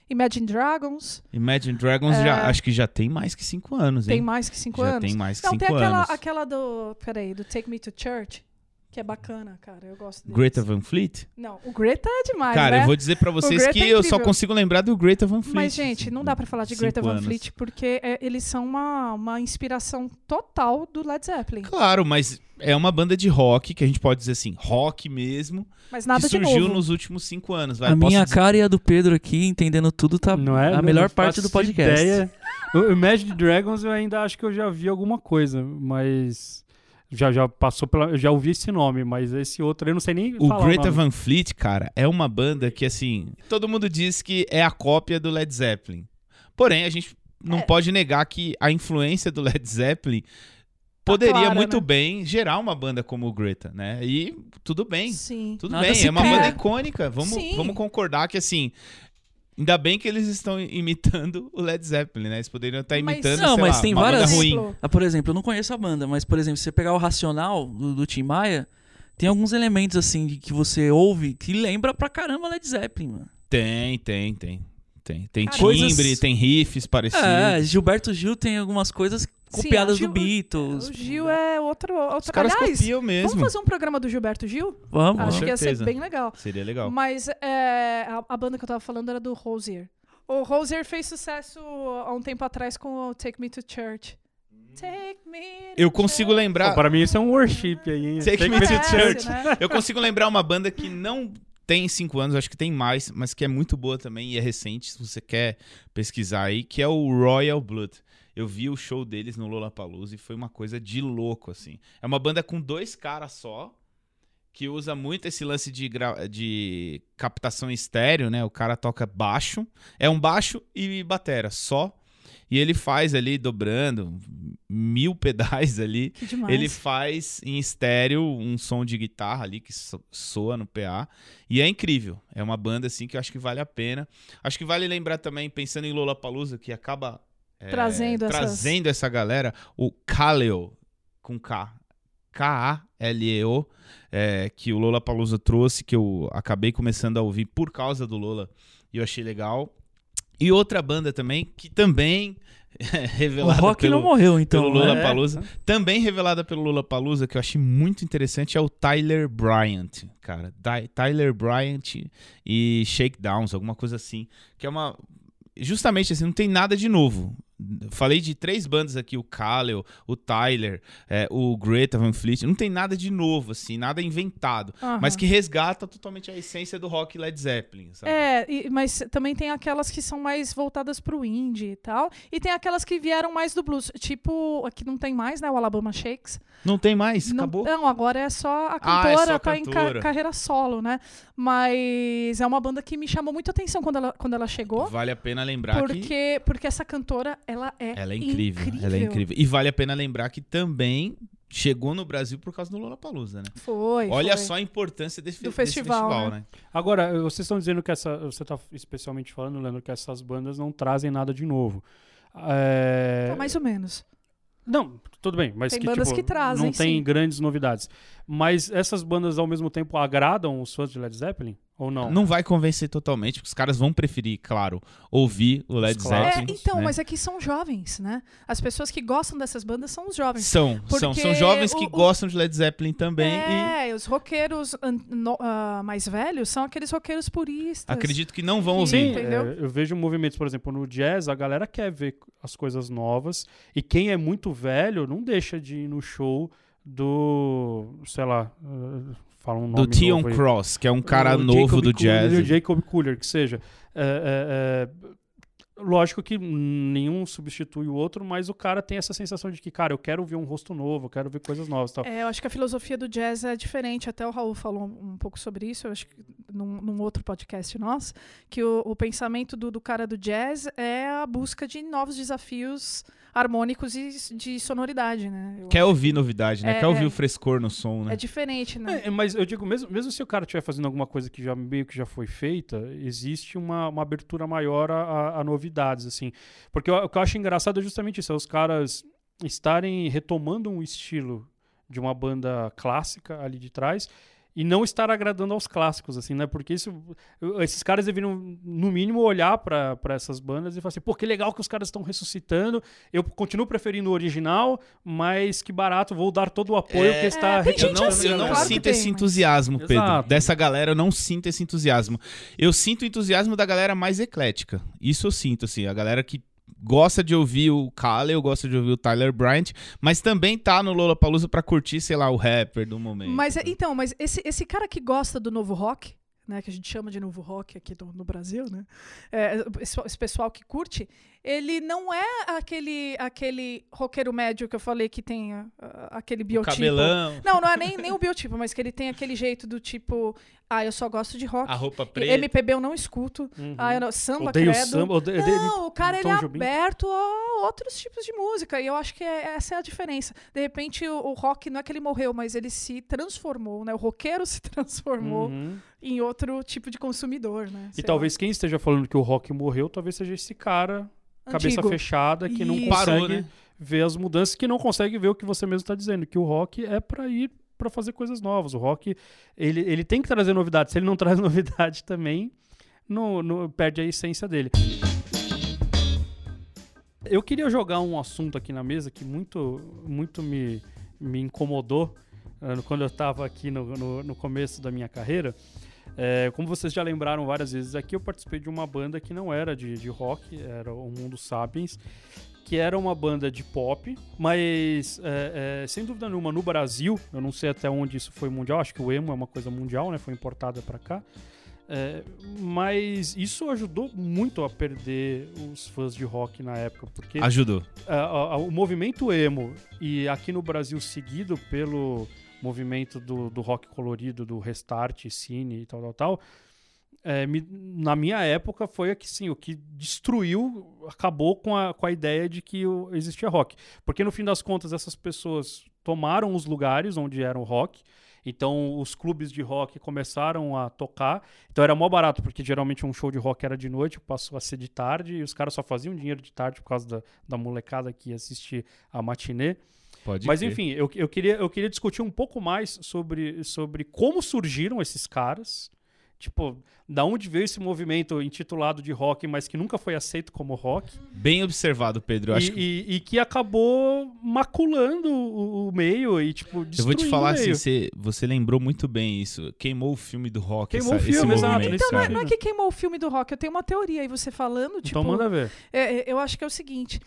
Speaker 4: Imagine Dragons.
Speaker 2: Imagine Dragons,
Speaker 4: É.
Speaker 2: já, acho que já tem mais que cinco anos, hein?
Speaker 4: Tem mais que cinco
Speaker 2: já
Speaker 4: anos.
Speaker 2: tem mais que
Speaker 4: Não,
Speaker 2: cinco
Speaker 4: tem aquela,
Speaker 2: anos.
Speaker 4: aquela do. Peraí, do Take Me to Church, que é bacana, cara. Eu gosto deles.
Speaker 2: Greta Van Fleet?
Speaker 4: Não, o Greta é demais,
Speaker 2: Cara,
Speaker 4: né?
Speaker 2: eu vou dizer pra vocês
Speaker 4: Greta
Speaker 2: que
Speaker 4: é
Speaker 2: eu só
Speaker 4: incrível.
Speaker 2: consigo lembrar do Greta Van Fleet.
Speaker 4: Mas, gente, não dá pra falar de
Speaker 2: Cinco
Speaker 4: Greta Van
Speaker 2: anos.
Speaker 4: Fleet porque é, eles são uma, uma inspiração total do Led Zeppelin.
Speaker 2: Claro, mas é uma banda de rock, que a gente pode dizer assim, rock mesmo,
Speaker 4: Mas nada
Speaker 2: que
Speaker 4: de
Speaker 2: surgiu
Speaker 4: novo.
Speaker 2: nos últimos cinco anos. Vai,
Speaker 3: A
Speaker 2: posso
Speaker 3: minha
Speaker 2: dizer-
Speaker 3: cara e a do Pedro aqui, entendendo tudo, tá
Speaker 1: Não é?
Speaker 3: a
Speaker 1: Não-
Speaker 3: melhor
Speaker 1: não
Speaker 3: parte do
Speaker 1: faço
Speaker 3: podcast.
Speaker 1: Ideia. O Imagine Dragons eu ainda acho que eu já vi alguma coisa, mas já já passou pela, eu já ouvi esse nome, mas esse outro eu não sei nem
Speaker 2: O
Speaker 1: falar
Speaker 2: Greta
Speaker 1: nome.
Speaker 2: Van Fleet, cara, é uma banda que, assim, todo mundo diz que é a cópia do Led Zeppelin. Porém, a gente não
Speaker 4: É.
Speaker 2: pode negar que a influência do Led Zeppelin poderia
Speaker 4: clara,
Speaker 2: muito
Speaker 4: né?
Speaker 2: bem gerar uma banda como o Greta, né? E tudo bem.
Speaker 4: Sim.
Speaker 2: Tudo
Speaker 3: Nada
Speaker 2: bem,
Speaker 3: se
Speaker 2: é uma
Speaker 4: perde.
Speaker 2: banda icônica. Vamos,
Speaker 4: Sim.
Speaker 2: vamos concordar que assim. Ainda bem que eles estão imitando o Led Zeppelin, né? Eles poderiam estar
Speaker 4: Mas-
Speaker 2: imitando.
Speaker 3: Não,
Speaker 2: sei
Speaker 3: mas
Speaker 2: lá,
Speaker 3: tem
Speaker 2: uma banda
Speaker 3: várias-
Speaker 2: ruim.
Speaker 3: Ah, por exemplo, eu não conheço a banda, mas, por exemplo, se você pegar o Racional do, do Tim Maia, tem alguns elementos, assim, de que você ouve que lembra pra caramba Led Zeppelin, mano.
Speaker 2: Tem, tem, tem. Tem, tem
Speaker 4: Cara,
Speaker 2: timbre,
Speaker 3: coisas-
Speaker 2: tem riffs parecidos.
Speaker 3: É, Gilberto Gil tem algumas coisas
Speaker 4: Sim,
Speaker 3: copiadas
Speaker 4: o Gil-
Speaker 3: do Beatles.
Speaker 4: O Gil é outro. outro...
Speaker 2: Os caras
Speaker 4: Aliás,
Speaker 2: copiam mesmo.
Speaker 4: vamos fazer um programa do Gilberto Gil?
Speaker 3: Vamos.
Speaker 2: Com
Speaker 4: Acho que ia ser
Speaker 2: certeza.
Speaker 4: bem legal.
Speaker 2: Seria legal.
Speaker 4: Mas é, a, a banda que eu tava falando era do Rosier. O Rosier fez sucesso há um tempo atrás com o Take Me to Church. Take me to
Speaker 2: Eu consigo
Speaker 4: church.
Speaker 1: Pô,
Speaker 2: lembrar.
Speaker 1: para mim isso é um worship aí. hein?
Speaker 2: Take me
Speaker 1: que-
Speaker 2: to
Speaker 4: Parece,
Speaker 2: church.
Speaker 4: né?
Speaker 2: Eu consigo lembrar uma banda que não tem cinco anos, acho que tem mais, mas que é muito boa também e é recente, se você quer pesquisar aí, que é o Royal Blood. Eu vi o show deles no Lollapalooza e foi uma coisa de louco, assim. É uma banda com dois caras só, que usa muito esse lance de, gra- de captação estéreo, né? O cara toca baixo, é um baixo e batera só, e ele faz ali, dobrando, mil pedais ali,
Speaker 4: Que demais.
Speaker 2: ele faz em estéreo um som de guitarra ali que so- soa no PA. E é incrível. É uma banda assim que eu acho que vale a pena. Acho que vale lembrar também, pensando em Lollapalooza, que acaba é,
Speaker 4: Trazendo essas-
Speaker 2: trazendo essa galera, o Kaleo, com K, K-A-L-E-O, é, que o Lola Palusa trouxe, que eu acabei começando a ouvir por causa do Lola e eu achei legal. E outra banda também, que também é
Speaker 3: O
Speaker 2: revelada
Speaker 3: rock
Speaker 2: pelo,
Speaker 3: não morreu, então.
Speaker 2: pelo
Speaker 3: né?
Speaker 2: Lula Palusa. Também revelada pelo Lula Palusa, que eu achei muito interessante, é o Tyler Bryant, cara. Di- Tyler Bryant e Shakedowns, alguma coisa assim. Que é uma. Justamente assim, não tem nada de novo. Falei de três bandas aqui, o Kaleo, o Tyler, é, o Greta Van Fleet. Não tem nada de novo, assim, nada inventado.
Speaker 4: Aham.
Speaker 2: Mas que resgata totalmente a essência do rock Led Zeppelin, sabe?
Speaker 4: É, e- mas também tem aquelas que são mais voltadas pro indie e tal. E tem aquelas que vieram mais do blues. Tipo, aqui não tem mais, né? O Alabama Shakes.
Speaker 2: Não tem mais,
Speaker 4: não,
Speaker 2: acabou.
Speaker 4: não, agora é só
Speaker 2: Ah,
Speaker 4: a
Speaker 2: é
Speaker 4: cantora,
Speaker 2: só a
Speaker 4: tá em ca-
Speaker 2: cantora.
Speaker 4: carreira solo, né? Mas é uma banda que me chamou muita atenção quando ela, quando ela chegou.
Speaker 2: Vale a pena lembrar que...
Speaker 4: Porque, porque essa cantora, ela é.
Speaker 2: Ela é incrível, ela é incrível. E vale a pena lembrar que também chegou no Brasil por causa do Lollapalooza, né?
Speaker 4: Foi.
Speaker 2: Olha
Speaker 4: foi.
Speaker 2: só a importância desse,
Speaker 4: Do
Speaker 2: desse festival,
Speaker 4: festival,
Speaker 2: né?
Speaker 1: Agora, eh, vocês estão dizendo que essa. Você está especialmente falando, Leandro, que essas bandas não trazem nada de novo. É,
Speaker 4: Tá, mais ou menos.
Speaker 1: Não, tudo bem, mas
Speaker 4: Tem
Speaker 1: que,
Speaker 4: bandas
Speaker 1: tipo,
Speaker 4: que trazem,
Speaker 1: não tem
Speaker 4: sim.
Speaker 1: grandes novidades. Mas essas bandas ao mesmo tempo agradam os fãs de Led Zeppelin ou não?
Speaker 2: né? Não vai convencer totalmente, porque os caras vão preferir, claro, ouvir o Led
Speaker 1: Os clássicos,
Speaker 4: É,
Speaker 2: Zeppelin.
Speaker 4: então,
Speaker 2: né?
Speaker 4: mas aqui são jovens, né? As pessoas que gostam dessas bandas são os jovens.
Speaker 2: são, são,
Speaker 4: Porque
Speaker 2: são jovens
Speaker 4: o-
Speaker 2: que
Speaker 4: o-
Speaker 2: gostam de Led Zeppelin também e
Speaker 4: É, os roqueiros an- no- ah, mais velhos são aqueles roqueiros puristas.
Speaker 2: acredito que não vão
Speaker 4: Sim.
Speaker 2: ouvir.
Speaker 1: Sim,
Speaker 4: Entendeu?
Speaker 1: é, eu vejo movimentos, por exemplo, no jazz, a galera quer ver as coisas novas. E quem é muito velho não deixa de ir no show do. sei lá. eh, Fala um nome
Speaker 2: Do Tion
Speaker 1: novo aí.
Speaker 2: Cross, que é um cara
Speaker 1: O
Speaker 2: novo
Speaker 1: Jacob
Speaker 2: do
Speaker 1: Collier,
Speaker 2: jazz.
Speaker 1: Jacob Cooler, que seja. É, é, é, lógico que nenhum substitui o outro, mas o cara tem essa sensação de que, cara, eu quero ver um rosto novo, eu quero ver coisas novas e tal.
Speaker 4: É, eu acho que a filosofia do jazz é diferente. Até o Raul falou um pouco sobre isso, eu acho que num, num outro podcast nosso, que o, o pensamento do, do cara do jazz é a busca de novos desafios harmônicos e s- de sonoridade, né? Eu-
Speaker 2: Quer ouvir novidade, né?
Speaker 4: É,
Speaker 2: Quer ouvir
Speaker 4: é.
Speaker 2: o frescor no som, né?
Speaker 4: É diferente, né?
Speaker 1: É, é, mas eu digo, mesmo, mesmo se o cara estiver fazendo alguma coisa que já meio que já foi feita, existe uma, uma abertura maior a, a- a novidades, assim. Porque eu- o que eu acho engraçado é justamente isso, é os caras estarem retomando um estilo de uma banda clássica ali de trás e não estar agradando aos clássicos, assim, né? Porque isso, eu- esses caras deveriam, no mínimo, olhar para essas bandas e falar assim, pô, que legal que os caras estão ressuscitando, eu continuo preferindo o original, mas que barato, vou dar todo o apoio
Speaker 2: É,
Speaker 1: que está
Speaker 4: tem
Speaker 2: Eu
Speaker 4: Gente,
Speaker 2: não,
Speaker 4: assim,
Speaker 2: eu não
Speaker 4: claro que
Speaker 2: sinto
Speaker 4: tem,
Speaker 2: esse
Speaker 4: mas-
Speaker 2: entusiasmo, Pedro.
Speaker 1: Exato.
Speaker 2: Dessa galera, eu não sinto esse entusiasmo. Eu sinto o entusiasmo da galera mais eclética. Isso eu sinto, assim. A galera que gosta de ouvir o Kale, eu gosto de ouvir o Tyler Bryant, mas também tá no Lollapalooza pra curtir, sei lá, o rapper do momento.
Speaker 4: Mas é- então, mas esse, esse cara que gosta do novo rock, né, que a gente chama de novo rock aqui do- no Brasil, né? é, o pessoal- esse pessoal que curte, ele não é aquele aquele roqueiro médio que eu falei que tem ah, ah, aquele
Speaker 2: o
Speaker 4: biotipo.
Speaker 2: cabelão,
Speaker 4: Não, não é nem, nem o biotipo, mas que ele tem aquele jeito do tipo, ah, eu só gosto de rock.
Speaker 2: a roupa preta.
Speaker 4: MPB eu não escuto.
Speaker 1: Uhum.
Speaker 4: Ah, eu não, samba
Speaker 1: odeio
Speaker 4: credo.
Speaker 1: samba, odeio, odeio-
Speaker 4: Não, o cara ele
Speaker 1: Tom
Speaker 4: é
Speaker 1: Jobim.
Speaker 4: aberto a outros tipos de música. E eu acho que é- essa é a diferença. De repente, o, o rock não é que ele morreu, mas ele se transformou, né? O roqueiro se transformou
Speaker 1: Uhum.
Speaker 4: em outro tipo de consumidor, né?
Speaker 1: E
Speaker 4: Sei
Speaker 1: talvez quem esteja falando que o rock morreu, talvez seja esse cara,
Speaker 4: lá.
Speaker 1: cabeça
Speaker 4: Antigo.
Speaker 1: fechada, que não
Speaker 4: Isso.
Speaker 1: consegue
Speaker 2: Parou, né?
Speaker 1: ver as mudanças, que não consegue ver o que você mesmo está dizendo, que o rock é para ir para fazer coisas novas. O rock, ele, ele tem que trazer novidade. Se ele não traz novidade também, não não- perde a essência dele. Eu queria jogar um assunto aqui na mesa que muito, muito me, me incomodou eh, quando eu estava aqui no, no, no começo da minha carreira. Eh, como vocês já lembraram várias vezes aqui, eu participei de uma banda que não era de, de rock, era o Mundo Sapiens, que era uma banda de pop, mas eh, eh, sem dúvida nenhuma no Brasil, eu não sei até onde isso foi mundial, acho que o emo é uma coisa mundial, né? Foi importada para cá. É, mas isso ajudou muito a perder os fãs de rock na época, porque
Speaker 2: Ajudou.
Speaker 1: a- a- o movimento emo e aqui no Brasil seguido pelo movimento do, do rock colorido, do restart, cine e tal, tal, tal, é, me- na minha época foi a que sim, o que destruiu, acabou com a, com a ideia de que o- existia rock. Porque no fim das contas essas pessoas tomaram os lugares onde era o rock Então os clubes de rock começaram a tocar. Então era mó barato, porque geralmente um show de rock era de noite, passou a ser de tarde, e os caras só faziam dinheiro de tarde por causa da, da molecada que ia assistir a matinê.
Speaker 2: Pode
Speaker 1: Mas
Speaker 2: crer.
Speaker 1: enfim, eu, eu, queria, eu queria discutir um pouco mais sobre, sobre como surgiram esses caras. Tipo, da onde veio esse movimento intitulado de rock, mas que nunca foi aceito como rock.
Speaker 2: Bem observado, Pedro. Eu
Speaker 1: e,
Speaker 2: acho que
Speaker 1: e- e que acabou maculando o, o meio e, tipo,
Speaker 2: Eu vou te
Speaker 1: destruindo
Speaker 2: falar
Speaker 1: o meio.
Speaker 2: assim, você, você lembrou muito bem isso. Queimou o filme do rock.
Speaker 1: Queimou
Speaker 2: essa-
Speaker 1: o filme,
Speaker 2: esse
Speaker 1: exato,
Speaker 2: movimento,
Speaker 1: nesse
Speaker 4: Então, não é,
Speaker 2: cara.
Speaker 1: sentido.
Speaker 4: não é que queimou o filme do rock. Eu tenho uma teoria aí, você falando, tipo...
Speaker 1: Então manda ver.
Speaker 4: É, é, eu acho que é o seguinte.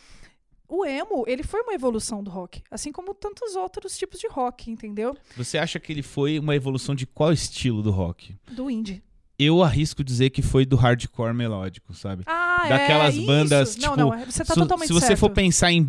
Speaker 4: O emo, ele foi uma evolução do rock, assim como tantos outros tipos de rock, entendeu?
Speaker 2: Você acha que ele foi uma evolução de qual estilo do rock?
Speaker 4: Do indie.
Speaker 2: Eu arrisco dizer que foi do hardcore melódico, sabe?
Speaker 4: Ah, é,
Speaker 2: Daquelas
Speaker 4: isso.
Speaker 2: bandas,
Speaker 4: Não,
Speaker 2: tipo,
Speaker 4: não, é- você tá
Speaker 2: se,
Speaker 4: totalmente
Speaker 2: se você
Speaker 4: certo.
Speaker 2: for pensar em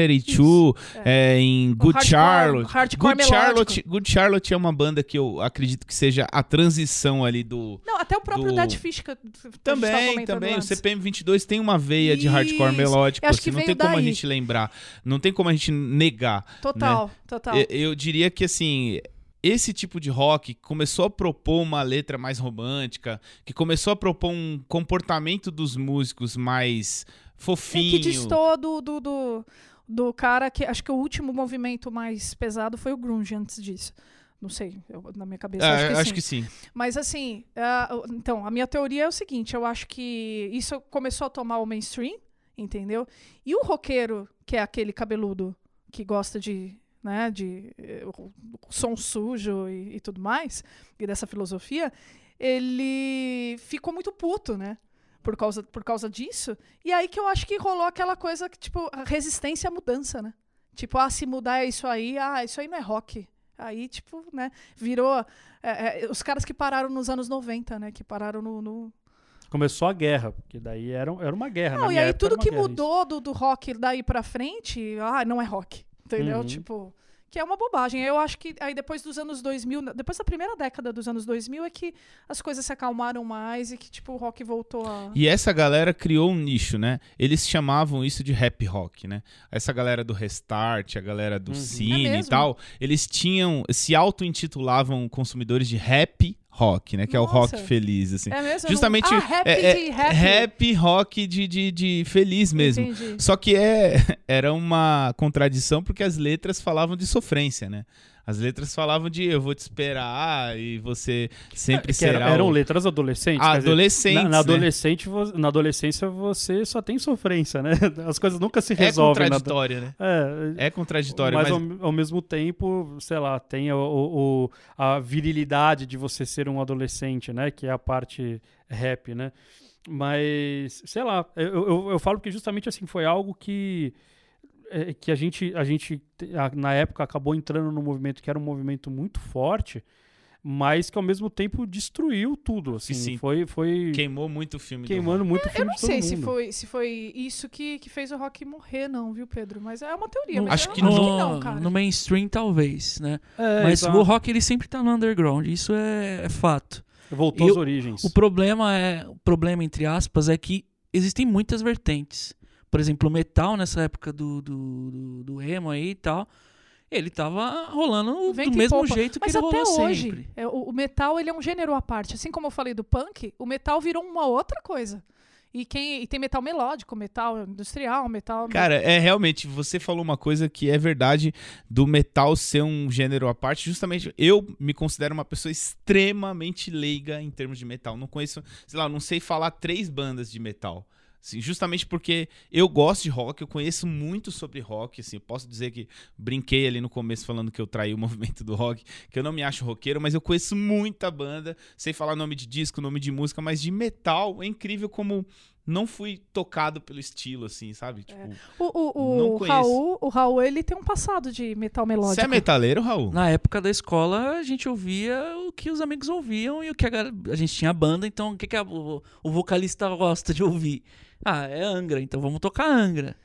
Speaker 2: Blink-182, é, em Good
Speaker 4: hardcore-
Speaker 2: Charlotte...
Speaker 4: hardcore
Speaker 2: Good Charlotte, Good Charlotte é uma banda que eu acredito que seja a transição ali do...
Speaker 4: Não, até o próprio
Speaker 2: do-
Speaker 4: Dead Fish que a gente tava
Speaker 2: Também,
Speaker 4: comentando
Speaker 2: também.
Speaker 4: antes.
Speaker 2: O CPM22 tem uma veia de hardcore
Speaker 4: Isso.
Speaker 2: melódico.
Speaker 4: Eu acho
Speaker 2: assim,
Speaker 4: que
Speaker 2: não
Speaker 4: veio
Speaker 2: tem como a
Speaker 4: daí.
Speaker 2: gente lembrar. Não tem como a gente negar.
Speaker 4: Total, total.
Speaker 2: né?
Speaker 4: É
Speaker 2: E- Eu, diria que assim. Esse tipo de rock começou a propor uma letra mais romântica, que começou a propor um comportamento dos músicos mais
Speaker 4: É
Speaker 2: fofinho.
Speaker 4: que distou do, do, do, do cara que. Acho que o último movimento mais pesado foi o Grunge antes disso. Não sei, eu- na minha cabeça.
Speaker 2: Ah,
Speaker 4: acho que sim.
Speaker 2: sim.
Speaker 4: Mas assim, ah, o- então, a minha teoria é o seguinte: eu acho que isso começou a tomar o mainstream, entendeu? E o roqueiro, que é aquele cabeludo que gosta de. Né, de eh, o- o som sujo e, e tudo mais, e dessa filosofia, ele ficou muito puto, né? Por causa, por causa disso. E aí que eu acho que rolou aquela coisa que, tipo, a resistência à mudança, né? Tipo, ah, se mudar é isso aí, ah, isso aí não é rock. Aí, tipo, né, virou é, é, os caras que pararam nos anos 90, né? Que pararam no. no-
Speaker 1: Começou a guerra, porque daí era, um, era uma guerra. É, na
Speaker 4: Não, e
Speaker 1: minha
Speaker 4: aí
Speaker 1: época
Speaker 4: tudo
Speaker 1: era uma
Speaker 4: que
Speaker 1: guerra, isso.
Speaker 4: mudou do, do rock daí pra frente, ah, não é rock. Entendeu?
Speaker 1: Uhum.
Speaker 4: Tipo. Que é uma bobagem. Eu acho que aí depois dos anos 2000, na- depois da primeira década dos anos 2000, é que as coisas se acalmaram mais e que, tipo, o rock voltou a.
Speaker 2: E essa galera criou um nicho, né? Eles chamavam isso de rap rock, né? Essa galera do Restart, a galera do
Speaker 1: Uhum.
Speaker 2: Cine
Speaker 4: É
Speaker 2: e
Speaker 4: mesmo.
Speaker 2: tal, eles tinham, se auto-intitulavam consumidores de rap rock, né? Que é o rock
Speaker 4: Nossa.
Speaker 2: feliz, assim.
Speaker 4: É mesmo? Eu não-
Speaker 2: Justamente
Speaker 4: Ah, rap
Speaker 2: é-
Speaker 4: de
Speaker 2: é-
Speaker 4: rap.
Speaker 2: rap rock de, de, de feliz mesmo.
Speaker 4: Entendi.
Speaker 2: Só que é, era uma contradição porque as letras falavam de sofrência, né? As letras falavam de eu vou te esperar e você sempre
Speaker 1: É, Que era-
Speaker 2: será
Speaker 1: eram
Speaker 2: o... né?
Speaker 1: letras adolescentes. quer dizer,
Speaker 2: adolescente.
Speaker 1: na, na adolescente, vo- na adolescência você só tem sofrência, né? As coisas nunca se
Speaker 2: É
Speaker 1: resolvem. na ado-
Speaker 2: contraditório, né?
Speaker 1: É,
Speaker 2: É contraditório,
Speaker 1: mas,
Speaker 2: mas,
Speaker 1: Ao, ao mesmo tempo, sei lá, tem o, o- o- a virilidade de você ser um adolescente, né? Que é a parte rap, né? Mas, sei lá, eu, eu, eu falo que justamente assim, foi algo que, é, que a gente, a gente te- a- na época acabou entrando num movimento que era um movimento muito forte, mas que ao mesmo tempo destruiu tudo, assim,
Speaker 2: sim.
Speaker 1: foi, foi
Speaker 2: queimou muito o filme. do
Speaker 1: queimando muito o filme
Speaker 4: Eu não
Speaker 1: de todo
Speaker 4: sei se
Speaker 1: mundo.
Speaker 4: foi, se foi isso que, que fez o rock morrer, não, viu, Pedro? Mas é uma teoria.
Speaker 3: No-
Speaker 4: mas
Speaker 2: acho
Speaker 4: eu
Speaker 2: que
Speaker 4: não,
Speaker 3: no,
Speaker 4: não, tá cara.
Speaker 3: no mainstream, talvez, né?
Speaker 1: É,
Speaker 3: Mas
Speaker 1: exato.
Speaker 3: o rock ele sempre tá no underground, isso é, é fato.
Speaker 1: voltou
Speaker 3: eu-
Speaker 1: às origens.
Speaker 3: O problema é, o problema entre aspas é que existem muitas vertentes. Por exemplo, o metal nessa época do do, do, do emo aí e tal, ele tava rolando
Speaker 4: Vento
Speaker 3: do
Speaker 4: e
Speaker 3: mesmo
Speaker 4: popa.
Speaker 3: jeito que
Speaker 4: Mas
Speaker 3: ele rolou
Speaker 4: até hoje,
Speaker 3: sempre.
Speaker 4: é, o, o metal ele é um gênero à parte. Assim como eu falei do punk, o metal virou uma outra coisa. E, quem, e tem metal melódico, metal industrial, metal.
Speaker 2: Cara, é realmente, você falou uma coisa que é verdade do metal ser um gênero à parte. Justamente, eu me considero uma pessoa extremamente leiga em termos de metal. Não conheço, sei lá, não sei falar três bandas de metal. Assim, justamente porque eu gosto de rock, eu conheço muito sobre rock, assim, eu posso dizer que brinquei ali no começo falando que eu traí o movimento do rock, que eu não me acho roqueiro, mas eu conheço muita banda, sei falar nome de disco, nome de música, mas de metal é incrível como não fui tocado pelo estilo, assim, sabe? Tipo,
Speaker 4: o,
Speaker 2: não
Speaker 4: o, o
Speaker 2: conheço.
Speaker 4: Raul, o Raul, ele tem um passado de metal melódico.
Speaker 2: Você é metaleiro, Raul?
Speaker 3: Na época da escola, a gente ouvia o que os amigos ouviam e o que a, gal- a gente tinha banda, então o que, que a- o, o vocalista gosta de ouvir? Ah, é Angra, então vamos tocar Angra.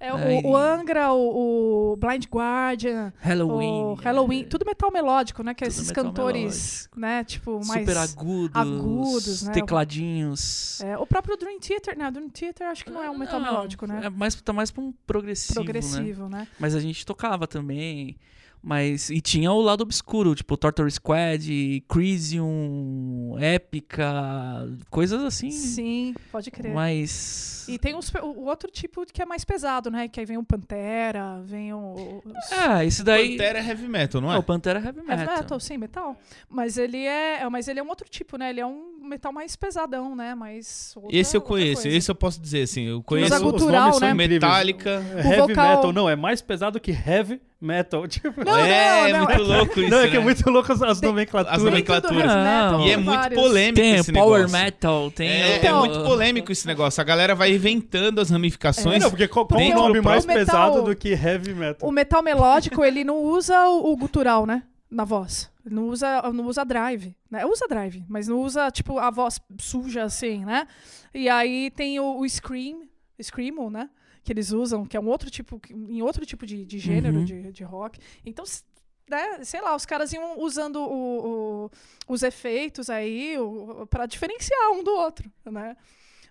Speaker 4: É, o,
Speaker 3: Ai.
Speaker 4: o Angra, o, o Blind Guardian,
Speaker 3: Halloween.
Speaker 4: o
Speaker 3: é,
Speaker 4: Oh, Halloween, tudo metal melódico, né? Que é
Speaker 3: Tudo
Speaker 4: esses
Speaker 3: metal
Speaker 4: cantores, né? Tipo, mais.
Speaker 3: super agudos,
Speaker 4: agudos, né?
Speaker 3: tecladinhos.
Speaker 4: É, o próprio Dream Theater, né? O Dream Theater acho que não é um metal melódico, né?
Speaker 3: É mais, tá mais pra um progressivo, né?
Speaker 4: Progressivo, né?
Speaker 3: Mas a gente tocava também. Mas. E tinha o lado obscuro, tipo Torture Squad, Crisium, Épica, coisas assim.
Speaker 4: Sim, pode crer.
Speaker 3: Mas.
Speaker 4: E tem os pe- o o outro tipo que é mais pesado, né? Que aí vem o Pantera, vem o. os-
Speaker 3: Ah, esse daí.
Speaker 2: Pantera é heavy metal, não é?
Speaker 3: Ah, o Pantera é heavy
Speaker 4: É
Speaker 3: metal.
Speaker 4: metal, sim, metal. Mas ele é, é- mas ele é um outro tipo, né? Ele é um metal mais pesadão, né? Mais outra-
Speaker 2: esse eu
Speaker 4: é outra
Speaker 2: cultural,
Speaker 4: coisa.
Speaker 2: coisa. esse eu posso dizer assim, eu conheço
Speaker 4: usa gutural,
Speaker 2: nomes são
Speaker 4: né?
Speaker 2: Metallica.
Speaker 1: heavy
Speaker 4: vocal-
Speaker 1: metal, não, é mais pesado que heavy metal. Tipo,
Speaker 4: Não,
Speaker 2: é,
Speaker 4: não, não.
Speaker 2: muito louco isso.
Speaker 1: não, é que é
Speaker 2: né?
Speaker 1: muito louco as, as
Speaker 4: Tem-
Speaker 2: as
Speaker 1: nomenclaturas.
Speaker 4: Tem tudo
Speaker 2: é nomenclatura.
Speaker 4: heavy metal,
Speaker 3: Não.
Speaker 2: E é
Speaker 4: tem
Speaker 2: muito
Speaker 4: vários.
Speaker 2: polêmico
Speaker 3: Tem
Speaker 2: esse
Speaker 3: power
Speaker 2: negócio.
Speaker 3: metal, tem.
Speaker 2: É,
Speaker 3: o-
Speaker 2: é muito polêmico esse negócio. A galera vai inventando as
Speaker 4: É,
Speaker 2: ramificações.
Speaker 1: É, Não, porque qual, qual o
Speaker 2: Dentro
Speaker 1: nome
Speaker 2: do
Speaker 1: mais
Speaker 4: próprio-
Speaker 1: pesado
Speaker 4: metal-
Speaker 1: do que heavy metal?
Speaker 4: O metal melódico, ele não usa o, o gutural, né? Na voz. Ele Não usa, não usa drive. Né? Usa drive, mas não usa, tipo, a voz suja, assim, né? E aí tem o, o scream, screamo, né? Que eles usam, que é um outro tipo, em outro tipo de, de gênero
Speaker 3: Uhum.
Speaker 4: de, de rock. Então, s- né? sei lá, os caras iam usando o- o- os efeitos aí o, pra diferenciar um do outro, né?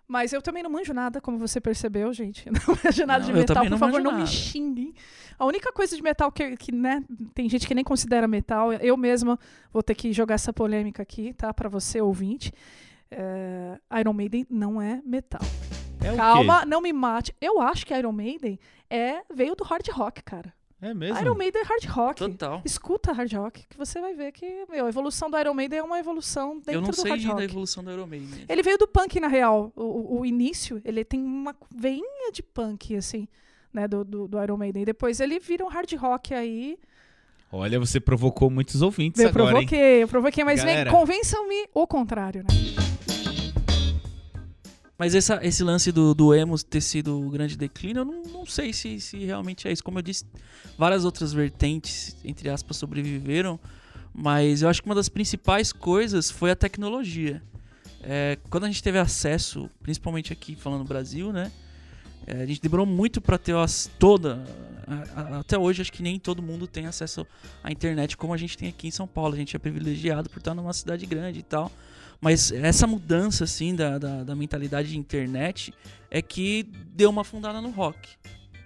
Speaker 4: Mas eu também não manjo nada, como você percebeu, gente. Não manjo nada
Speaker 3: Não,
Speaker 4: de
Speaker 3: eu
Speaker 4: metal,
Speaker 3: também
Speaker 4: por
Speaker 3: não
Speaker 4: favor,
Speaker 3: manjo
Speaker 4: não me
Speaker 3: nada.
Speaker 4: xinguem. A única coisa de metal que, que, né, tem gente que nem considera metal, eu mesma vou ter que jogar essa polêmica aqui, tá? Pra você, ouvinte. É, Iron Maiden não é metal.
Speaker 2: É o quê?
Speaker 4: Calma, não me mate. Eu acho que Iron Maiden é, veio do hard rock, cara.
Speaker 2: É mesmo?
Speaker 4: Iron Maiden é hard rock.
Speaker 3: Total.
Speaker 4: Escuta hard rock, que você vai ver que meu, a evolução do Iron Maiden é uma evolução dentro
Speaker 3: Eu não
Speaker 4: do
Speaker 3: sei
Speaker 4: hard
Speaker 3: da
Speaker 4: rock.
Speaker 3: evolução do né? Euromaiden.
Speaker 4: Ele veio do punk, na real. O- O, o início, ele tem uma veinha de punk, assim, né, do, do, do Iron Maiden. E depois ele vira um hard rock aí.
Speaker 2: Olha, você provocou muitos ouvintes
Speaker 4: Eu
Speaker 2: agora, hein?
Speaker 4: provoquei, eu provoquei, mas vem,
Speaker 2: Galera.
Speaker 4: convençam-me o contrário, né?
Speaker 3: Mas essa- esse lance do, do emo ter sido o grande declínio, eu não, não sei se, se realmente é isso. Como eu disse, várias outras vertentes, entre aspas, sobreviveram. Mas eu acho que uma das principais coisas foi a tecnologia. É, quando a gente teve acesso, principalmente aqui falando no Brasil, né? é, a gente demorou muito para ter as, toda. a- a- até hoje, acho que nem todo mundo tem acesso à internet como a gente tem aqui em São Paulo. A gente é privilegiado por estar numa cidade grande e tal. Mas essa mudança, assim, da, da, da mentalidade de internet é que deu uma fundada no rock.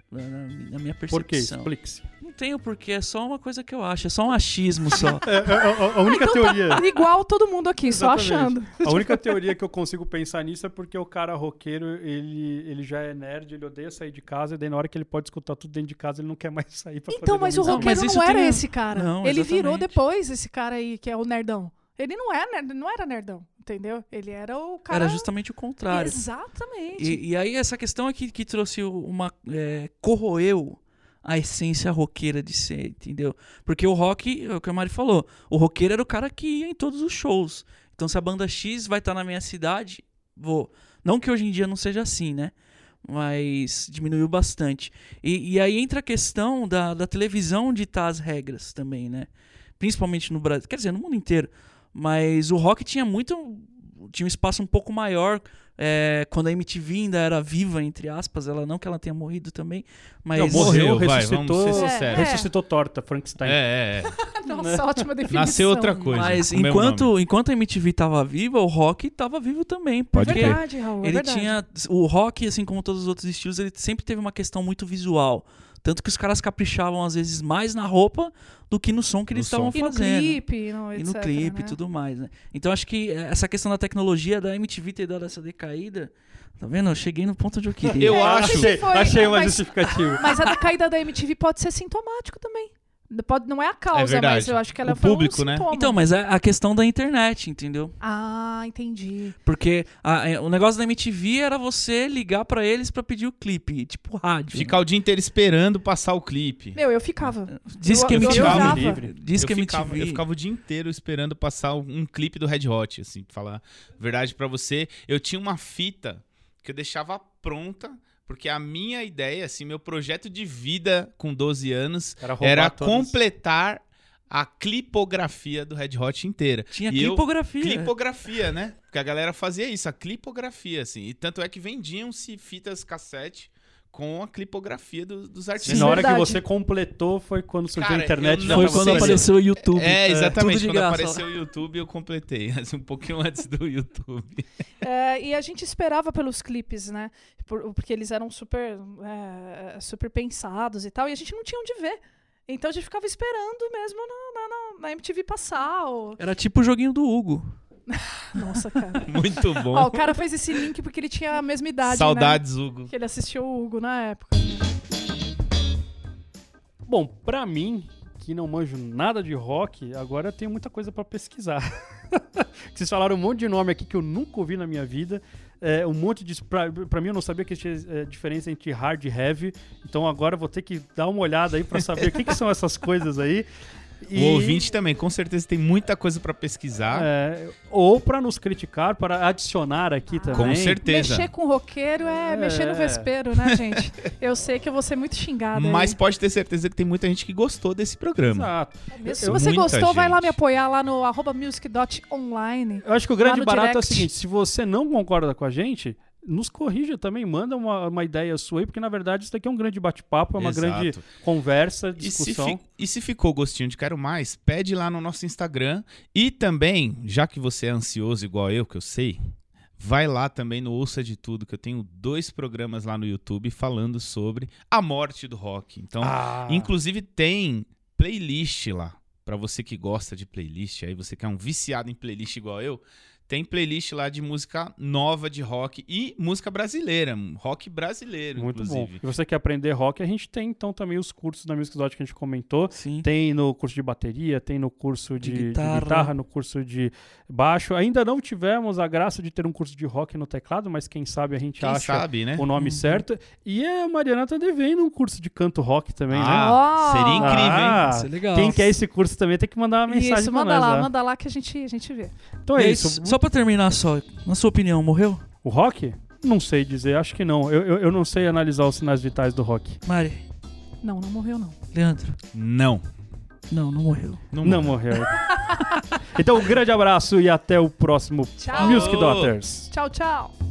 Speaker 3: Na, na- na minha percepção.
Speaker 1: Por quê? Explique-se.
Speaker 3: Não tenho porquê, é só uma coisa que eu acho, é só um achismo só.
Speaker 1: É, é, é, a- a única
Speaker 4: então tá.
Speaker 1: teoria.
Speaker 4: Igual todo mundo aqui, só
Speaker 1: Exatamente.
Speaker 4: achando.
Speaker 1: A única teoria que eu consigo pensar nisso é porque o cara roqueiro, ele, ele já é nerd, ele odeia sair de casa, e daí na hora que ele pode escutar tudo dentro de casa, ele não quer mais sair pra
Speaker 4: Então,
Speaker 1: fazer
Speaker 4: mas o
Speaker 1: amizade.
Speaker 4: roqueiro
Speaker 3: mas
Speaker 4: não,
Speaker 3: isso
Speaker 4: era
Speaker 3: tem a-
Speaker 4: esse cara.
Speaker 3: Não,
Speaker 4: ele virou
Speaker 3: exatamente.
Speaker 4: depois esse cara aí, que é o nerdão. Ele não, é nerd, não era nerdão, entendeu? Ele era o cara...
Speaker 3: Era justamente o contrário.
Speaker 4: Exatamente.
Speaker 3: E, e aí essa questão aqui que trouxe uma. é, corroeu a essência roqueira de ser, entendeu? Porque o rock, é o que o Mari falou, o roqueiro era o cara que ia em todos os shows. Então se a banda X vai estar na minha cidade, vou. Não que hoje em dia não seja assim, né? Mas diminuiu bastante. E, e aí entra a questão da, da televisão ditar as regras também, né? Principalmente no Brasil, quer dizer, no mundo inteiro. Mas o rock tinha muito. tinha um espaço um pouco maior é, quando a MTV ainda era viva, entre aspas, ela não que ela tenha morrido também, mas
Speaker 1: Não, morreu,
Speaker 2: vai,
Speaker 1: ressuscitou.
Speaker 2: vamos ser
Speaker 4: É,
Speaker 2: sinceros.
Speaker 1: Ressuscitou torta, Frankenstein.
Speaker 2: É, é, é.
Speaker 4: Nossa, ótima definição.
Speaker 2: Nasceu outra coisa.
Speaker 3: mas
Speaker 2: o mesmo nome.
Speaker 3: enquanto, enquanto a MTV tava viva, o rock tava vivo também,
Speaker 4: É
Speaker 2: Pode
Speaker 3: porque
Speaker 2: crer.
Speaker 4: verdade, Raul, é
Speaker 3: ele
Speaker 4: verdade.
Speaker 3: tinha o rock, assim como todos os outros estilos, ele sempre teve uma questão muito visual, tanto que os caras caprichavam às vezes mais na roupa do que no som que
Speaker 2: No
Speaker 3: eles estavam
Speaker 4: E no
Speaker 3: fazendo.
Speaker 4: clipe, no,
Speaker 3: e
Speaker 4: etc,
Speaker 3: no clipe e
Speaker 4: né?
Speaker 3: tudo mais, né? Então acho que eh, essa questão da tecnologia da MTV ter dado essa decaída, tá vendo? Eu cheguei no ponto onde eu queria.
Speaker 2: Eu
Speaker 4: É,
Speaker 2: acho.
Speaker 4: esse
Speaker 1: Achei,
Speaker 4: foi-
Speaker 1: achei uma
Speaker 4: mas-
Speaker 1: justificativa.
Speaker 4: Mas a decaída da MTV pode ser sintomático também. Pode, não é a causa,
Speaker 2: verdade.
Speaker 4: mas eu acho que ela
Speaker 2: O
Speaker 4: foi
Speaker 2: público,
Speaker 4: um
Speaker 2: né?
Speaker 4: sintoma.
Speaker 3: Então, mas é a questão da internet, entendeu?
Speaker 4: Ah, entendi.
Speaker 3: Porque a- é, o negócio da MTV era você ligar pra eles pra pedir o clipe, tipo rádio.
Speaker 2: Ficar o dia inteiro esperando passar o clipe.
Speaker 4: Meu, eu ficava.
Speaker 3: Diz
Speaker 4: eu-
Speaker 3: que
Speaker 4: eu
Speaker 3: MTV.
Speaker 4: ficava.
Speaker 3: Diz que
Speaker 2: eu, ficava,
Speaker 3: MTV.
Speaker 2: eu ficava o dia inteiro esperando passar um, um clipe do Red Hot, assim, pra falar a verdade pra você. Eu tinha uma fita que eu deixava pronta, porque a minha ideia, assim, meu projeto de vida com 12 anos
Speaker 1: Era, roubar
Speaker 2: era
Speaker 1: todas.
Speaker 2: completar a clipografia do Red Hot inteira.
Speaker 3: Tinha
Speaker 2: E eu-
Speaker 3: clipografia.
Speaker 2: Clipografia, né? Porque a galera fazia isso, a clipografia, assim. E tanto é que vendiam-se fitas cassete com a clipografia do- dos
Speaker 1: E
Speaker 2: artistas.
Speaker 1: na hora que
Speaker 4: é Verdade.
Speaker 1: você completou foi quando surgiu
Speaker 2: Cara,
Speaker 1: a internet. já
Speaker 2: eu não-
Speaker 3: Foi
Speaker 1: tava
Speaker 3: quando
Speaker 1: sendo-
Speaker 3: apareceu o YouTube.
Speaker 2: É, exatamente.
Speaker 3: tudo de
Speaker 2: Quando
Speaker 3: graça,
Speaker 2: apareceu o YouTube, eu completei. Assim, um pouquinho antes do YouTube.
Speaker 4: É, e a gente esperava pelos clipes, né? Por- porque eles eram super, é, super pensados e tal, e a gente não tinha onde ver. Então a gente ficava esperando mesmo na, na- na- na MTV passar. ou-
Speaker 3: Era tipo o joguinho do Hugo.
Speaker 4: Nossa, cara.
Speaker 2: Muito bom.
Speaker 4: Ó, o cara fez esse link porque ele tinha a mesma idade. né?
Speaker 2: Saudades, Hugo.
Speaker 4: Que ele assistiu o Hugo na época.
Speaker 1: Bom, pra mim, que não manjo nada de rock, agora eu tenho muita coisa pra pesquisar. Vocês falaram um monte de nome aqui que eu nunca ouvi na minha vida. É, um monte de. Pra, pra mim, eu não sabia que tinha é, diferença entre hard e heavy. Então agora eu vou ter que dar uma olhada aí pra saber o que, que são essas coisas aí. E-
Speaker 2: O ouvinte também, com certeza, tem muita coisa pra pesquisar.
Speaker 1: é, ou pra nos criticar, para adicionar aqui também.
Speaker 2: Com certeza.
Speaker 4: Mexer com roqueiro é,
Speaker 1: É.
Speaker 4: mexer no vespeiro, né, gente? Eu sei que eu vou ser muito xingada. aí.
Speaker 2: Mas pode ter certeza que tem muita gente que gostou desse programa.
Speaker 1: Exato.
Speaker 4: Mesmo se
Speaker 1: Eu-
Speaker 4: você
Speaker 2: muita
Speaker 4: gostou, vai lá
Speaker 2: gente.
Speaker 4: me apoiar lá no arroba music.online.
Speaker 1: Eu acho que o
Speaker 4: Lá
Speaker 1: grande
Speaker 4: no
Speaker 1: barato é o
Speaker 4: direct.
Speaker 1: seguinte: se você não concorda com a gente, nos corrija também, manda uma, uma ideia sua aí, porque na verdade isso daqui é um grande bate-papo, é uma
Speaker 2: Exato.
Speaker 1: grande conversa,
Speaker 2: E se,
Speaker 1: discussão.
Speaker 2: fi- e se ficou gostinho de Quero Mais, pede lá no nosso Instagram. E também, já que você é ansioso igual eu, que eu sei, vai lá também no Ouça de Tudo, que eu tenho dois programas lá no YouTube falando sobre a morte do rock. Então,
Speaker 1: Ah,
Speaker 2: Inclusive tem playlist lá. Pra você que gosta de playlist, aí você que é um viciado em playlist igual eu, tem playlist lá de música nova de rock e música brasileira, um rock brasileiro,
Speaker 1: muito bom.
Speaker 2: inclusive.
Speaker 1: E você quer aprender rock, a gente tem então também os cursos da Music Exotic que a gente comentou.
Speaker 3: Sim.
Speaker 1: Tem no curso de bateria, tem no curso de,
Speaker 3: De
Speaker 1: de guitarra.
Speaker 3: guitarra.
Speaker 1: no curso de baixo. Ainda não tivemos a graça de ter um curso de rock no teclado, mas quem sabe a gente
Speaker 2: Quem
Speaker 1: acha
Speaker 2: sabe, né?
Speaker 1: o nome
Speaker 3: Uhum.
Speaker 1: certo. E a Mariana tá devendo um curso de canto rock também, né?
Speaker 2: Ah,
Speaker 4: Ó.
Speaker 2: seria incrível, hein?
Speaker 1: Ah,
Speaker 3: Isso é legal.
Speaker 1: Quem quer esse curso também tem que mandar uma mensagem
Speaker 4: Isso,
Speaker 1: pra
Speaker 4: manda
Speaker 1: nós,
Speaker 4: lá,
Speaker 1: né?
Speaker 4: manda lá que a gente, a gente vê.
Speaker 1: Então é
Speaker 3: Mas,
Speaker 1: isso.
Speaker 3: Só pra terminar só, na sua opinião, morreu?
Speaker 1: O rock? Não sei dizer, acho que não. Eu, eu, eu não sei analisar os sinais vitais do rock.
Speaker 3: Mari,
Speaker 4: Não, não morreu, não.
Speaker 3: Leandro.
Speaker 2: Não.
Speaker 3: Não, não morreu.
Speaker 2: Não,
Speaker 1: Não morreu. então, um grande abraço e até o próximo
Speaker 4: Tchau.
Speaker 1: Music Daughters.
Speaker 4: Tchau, tchau.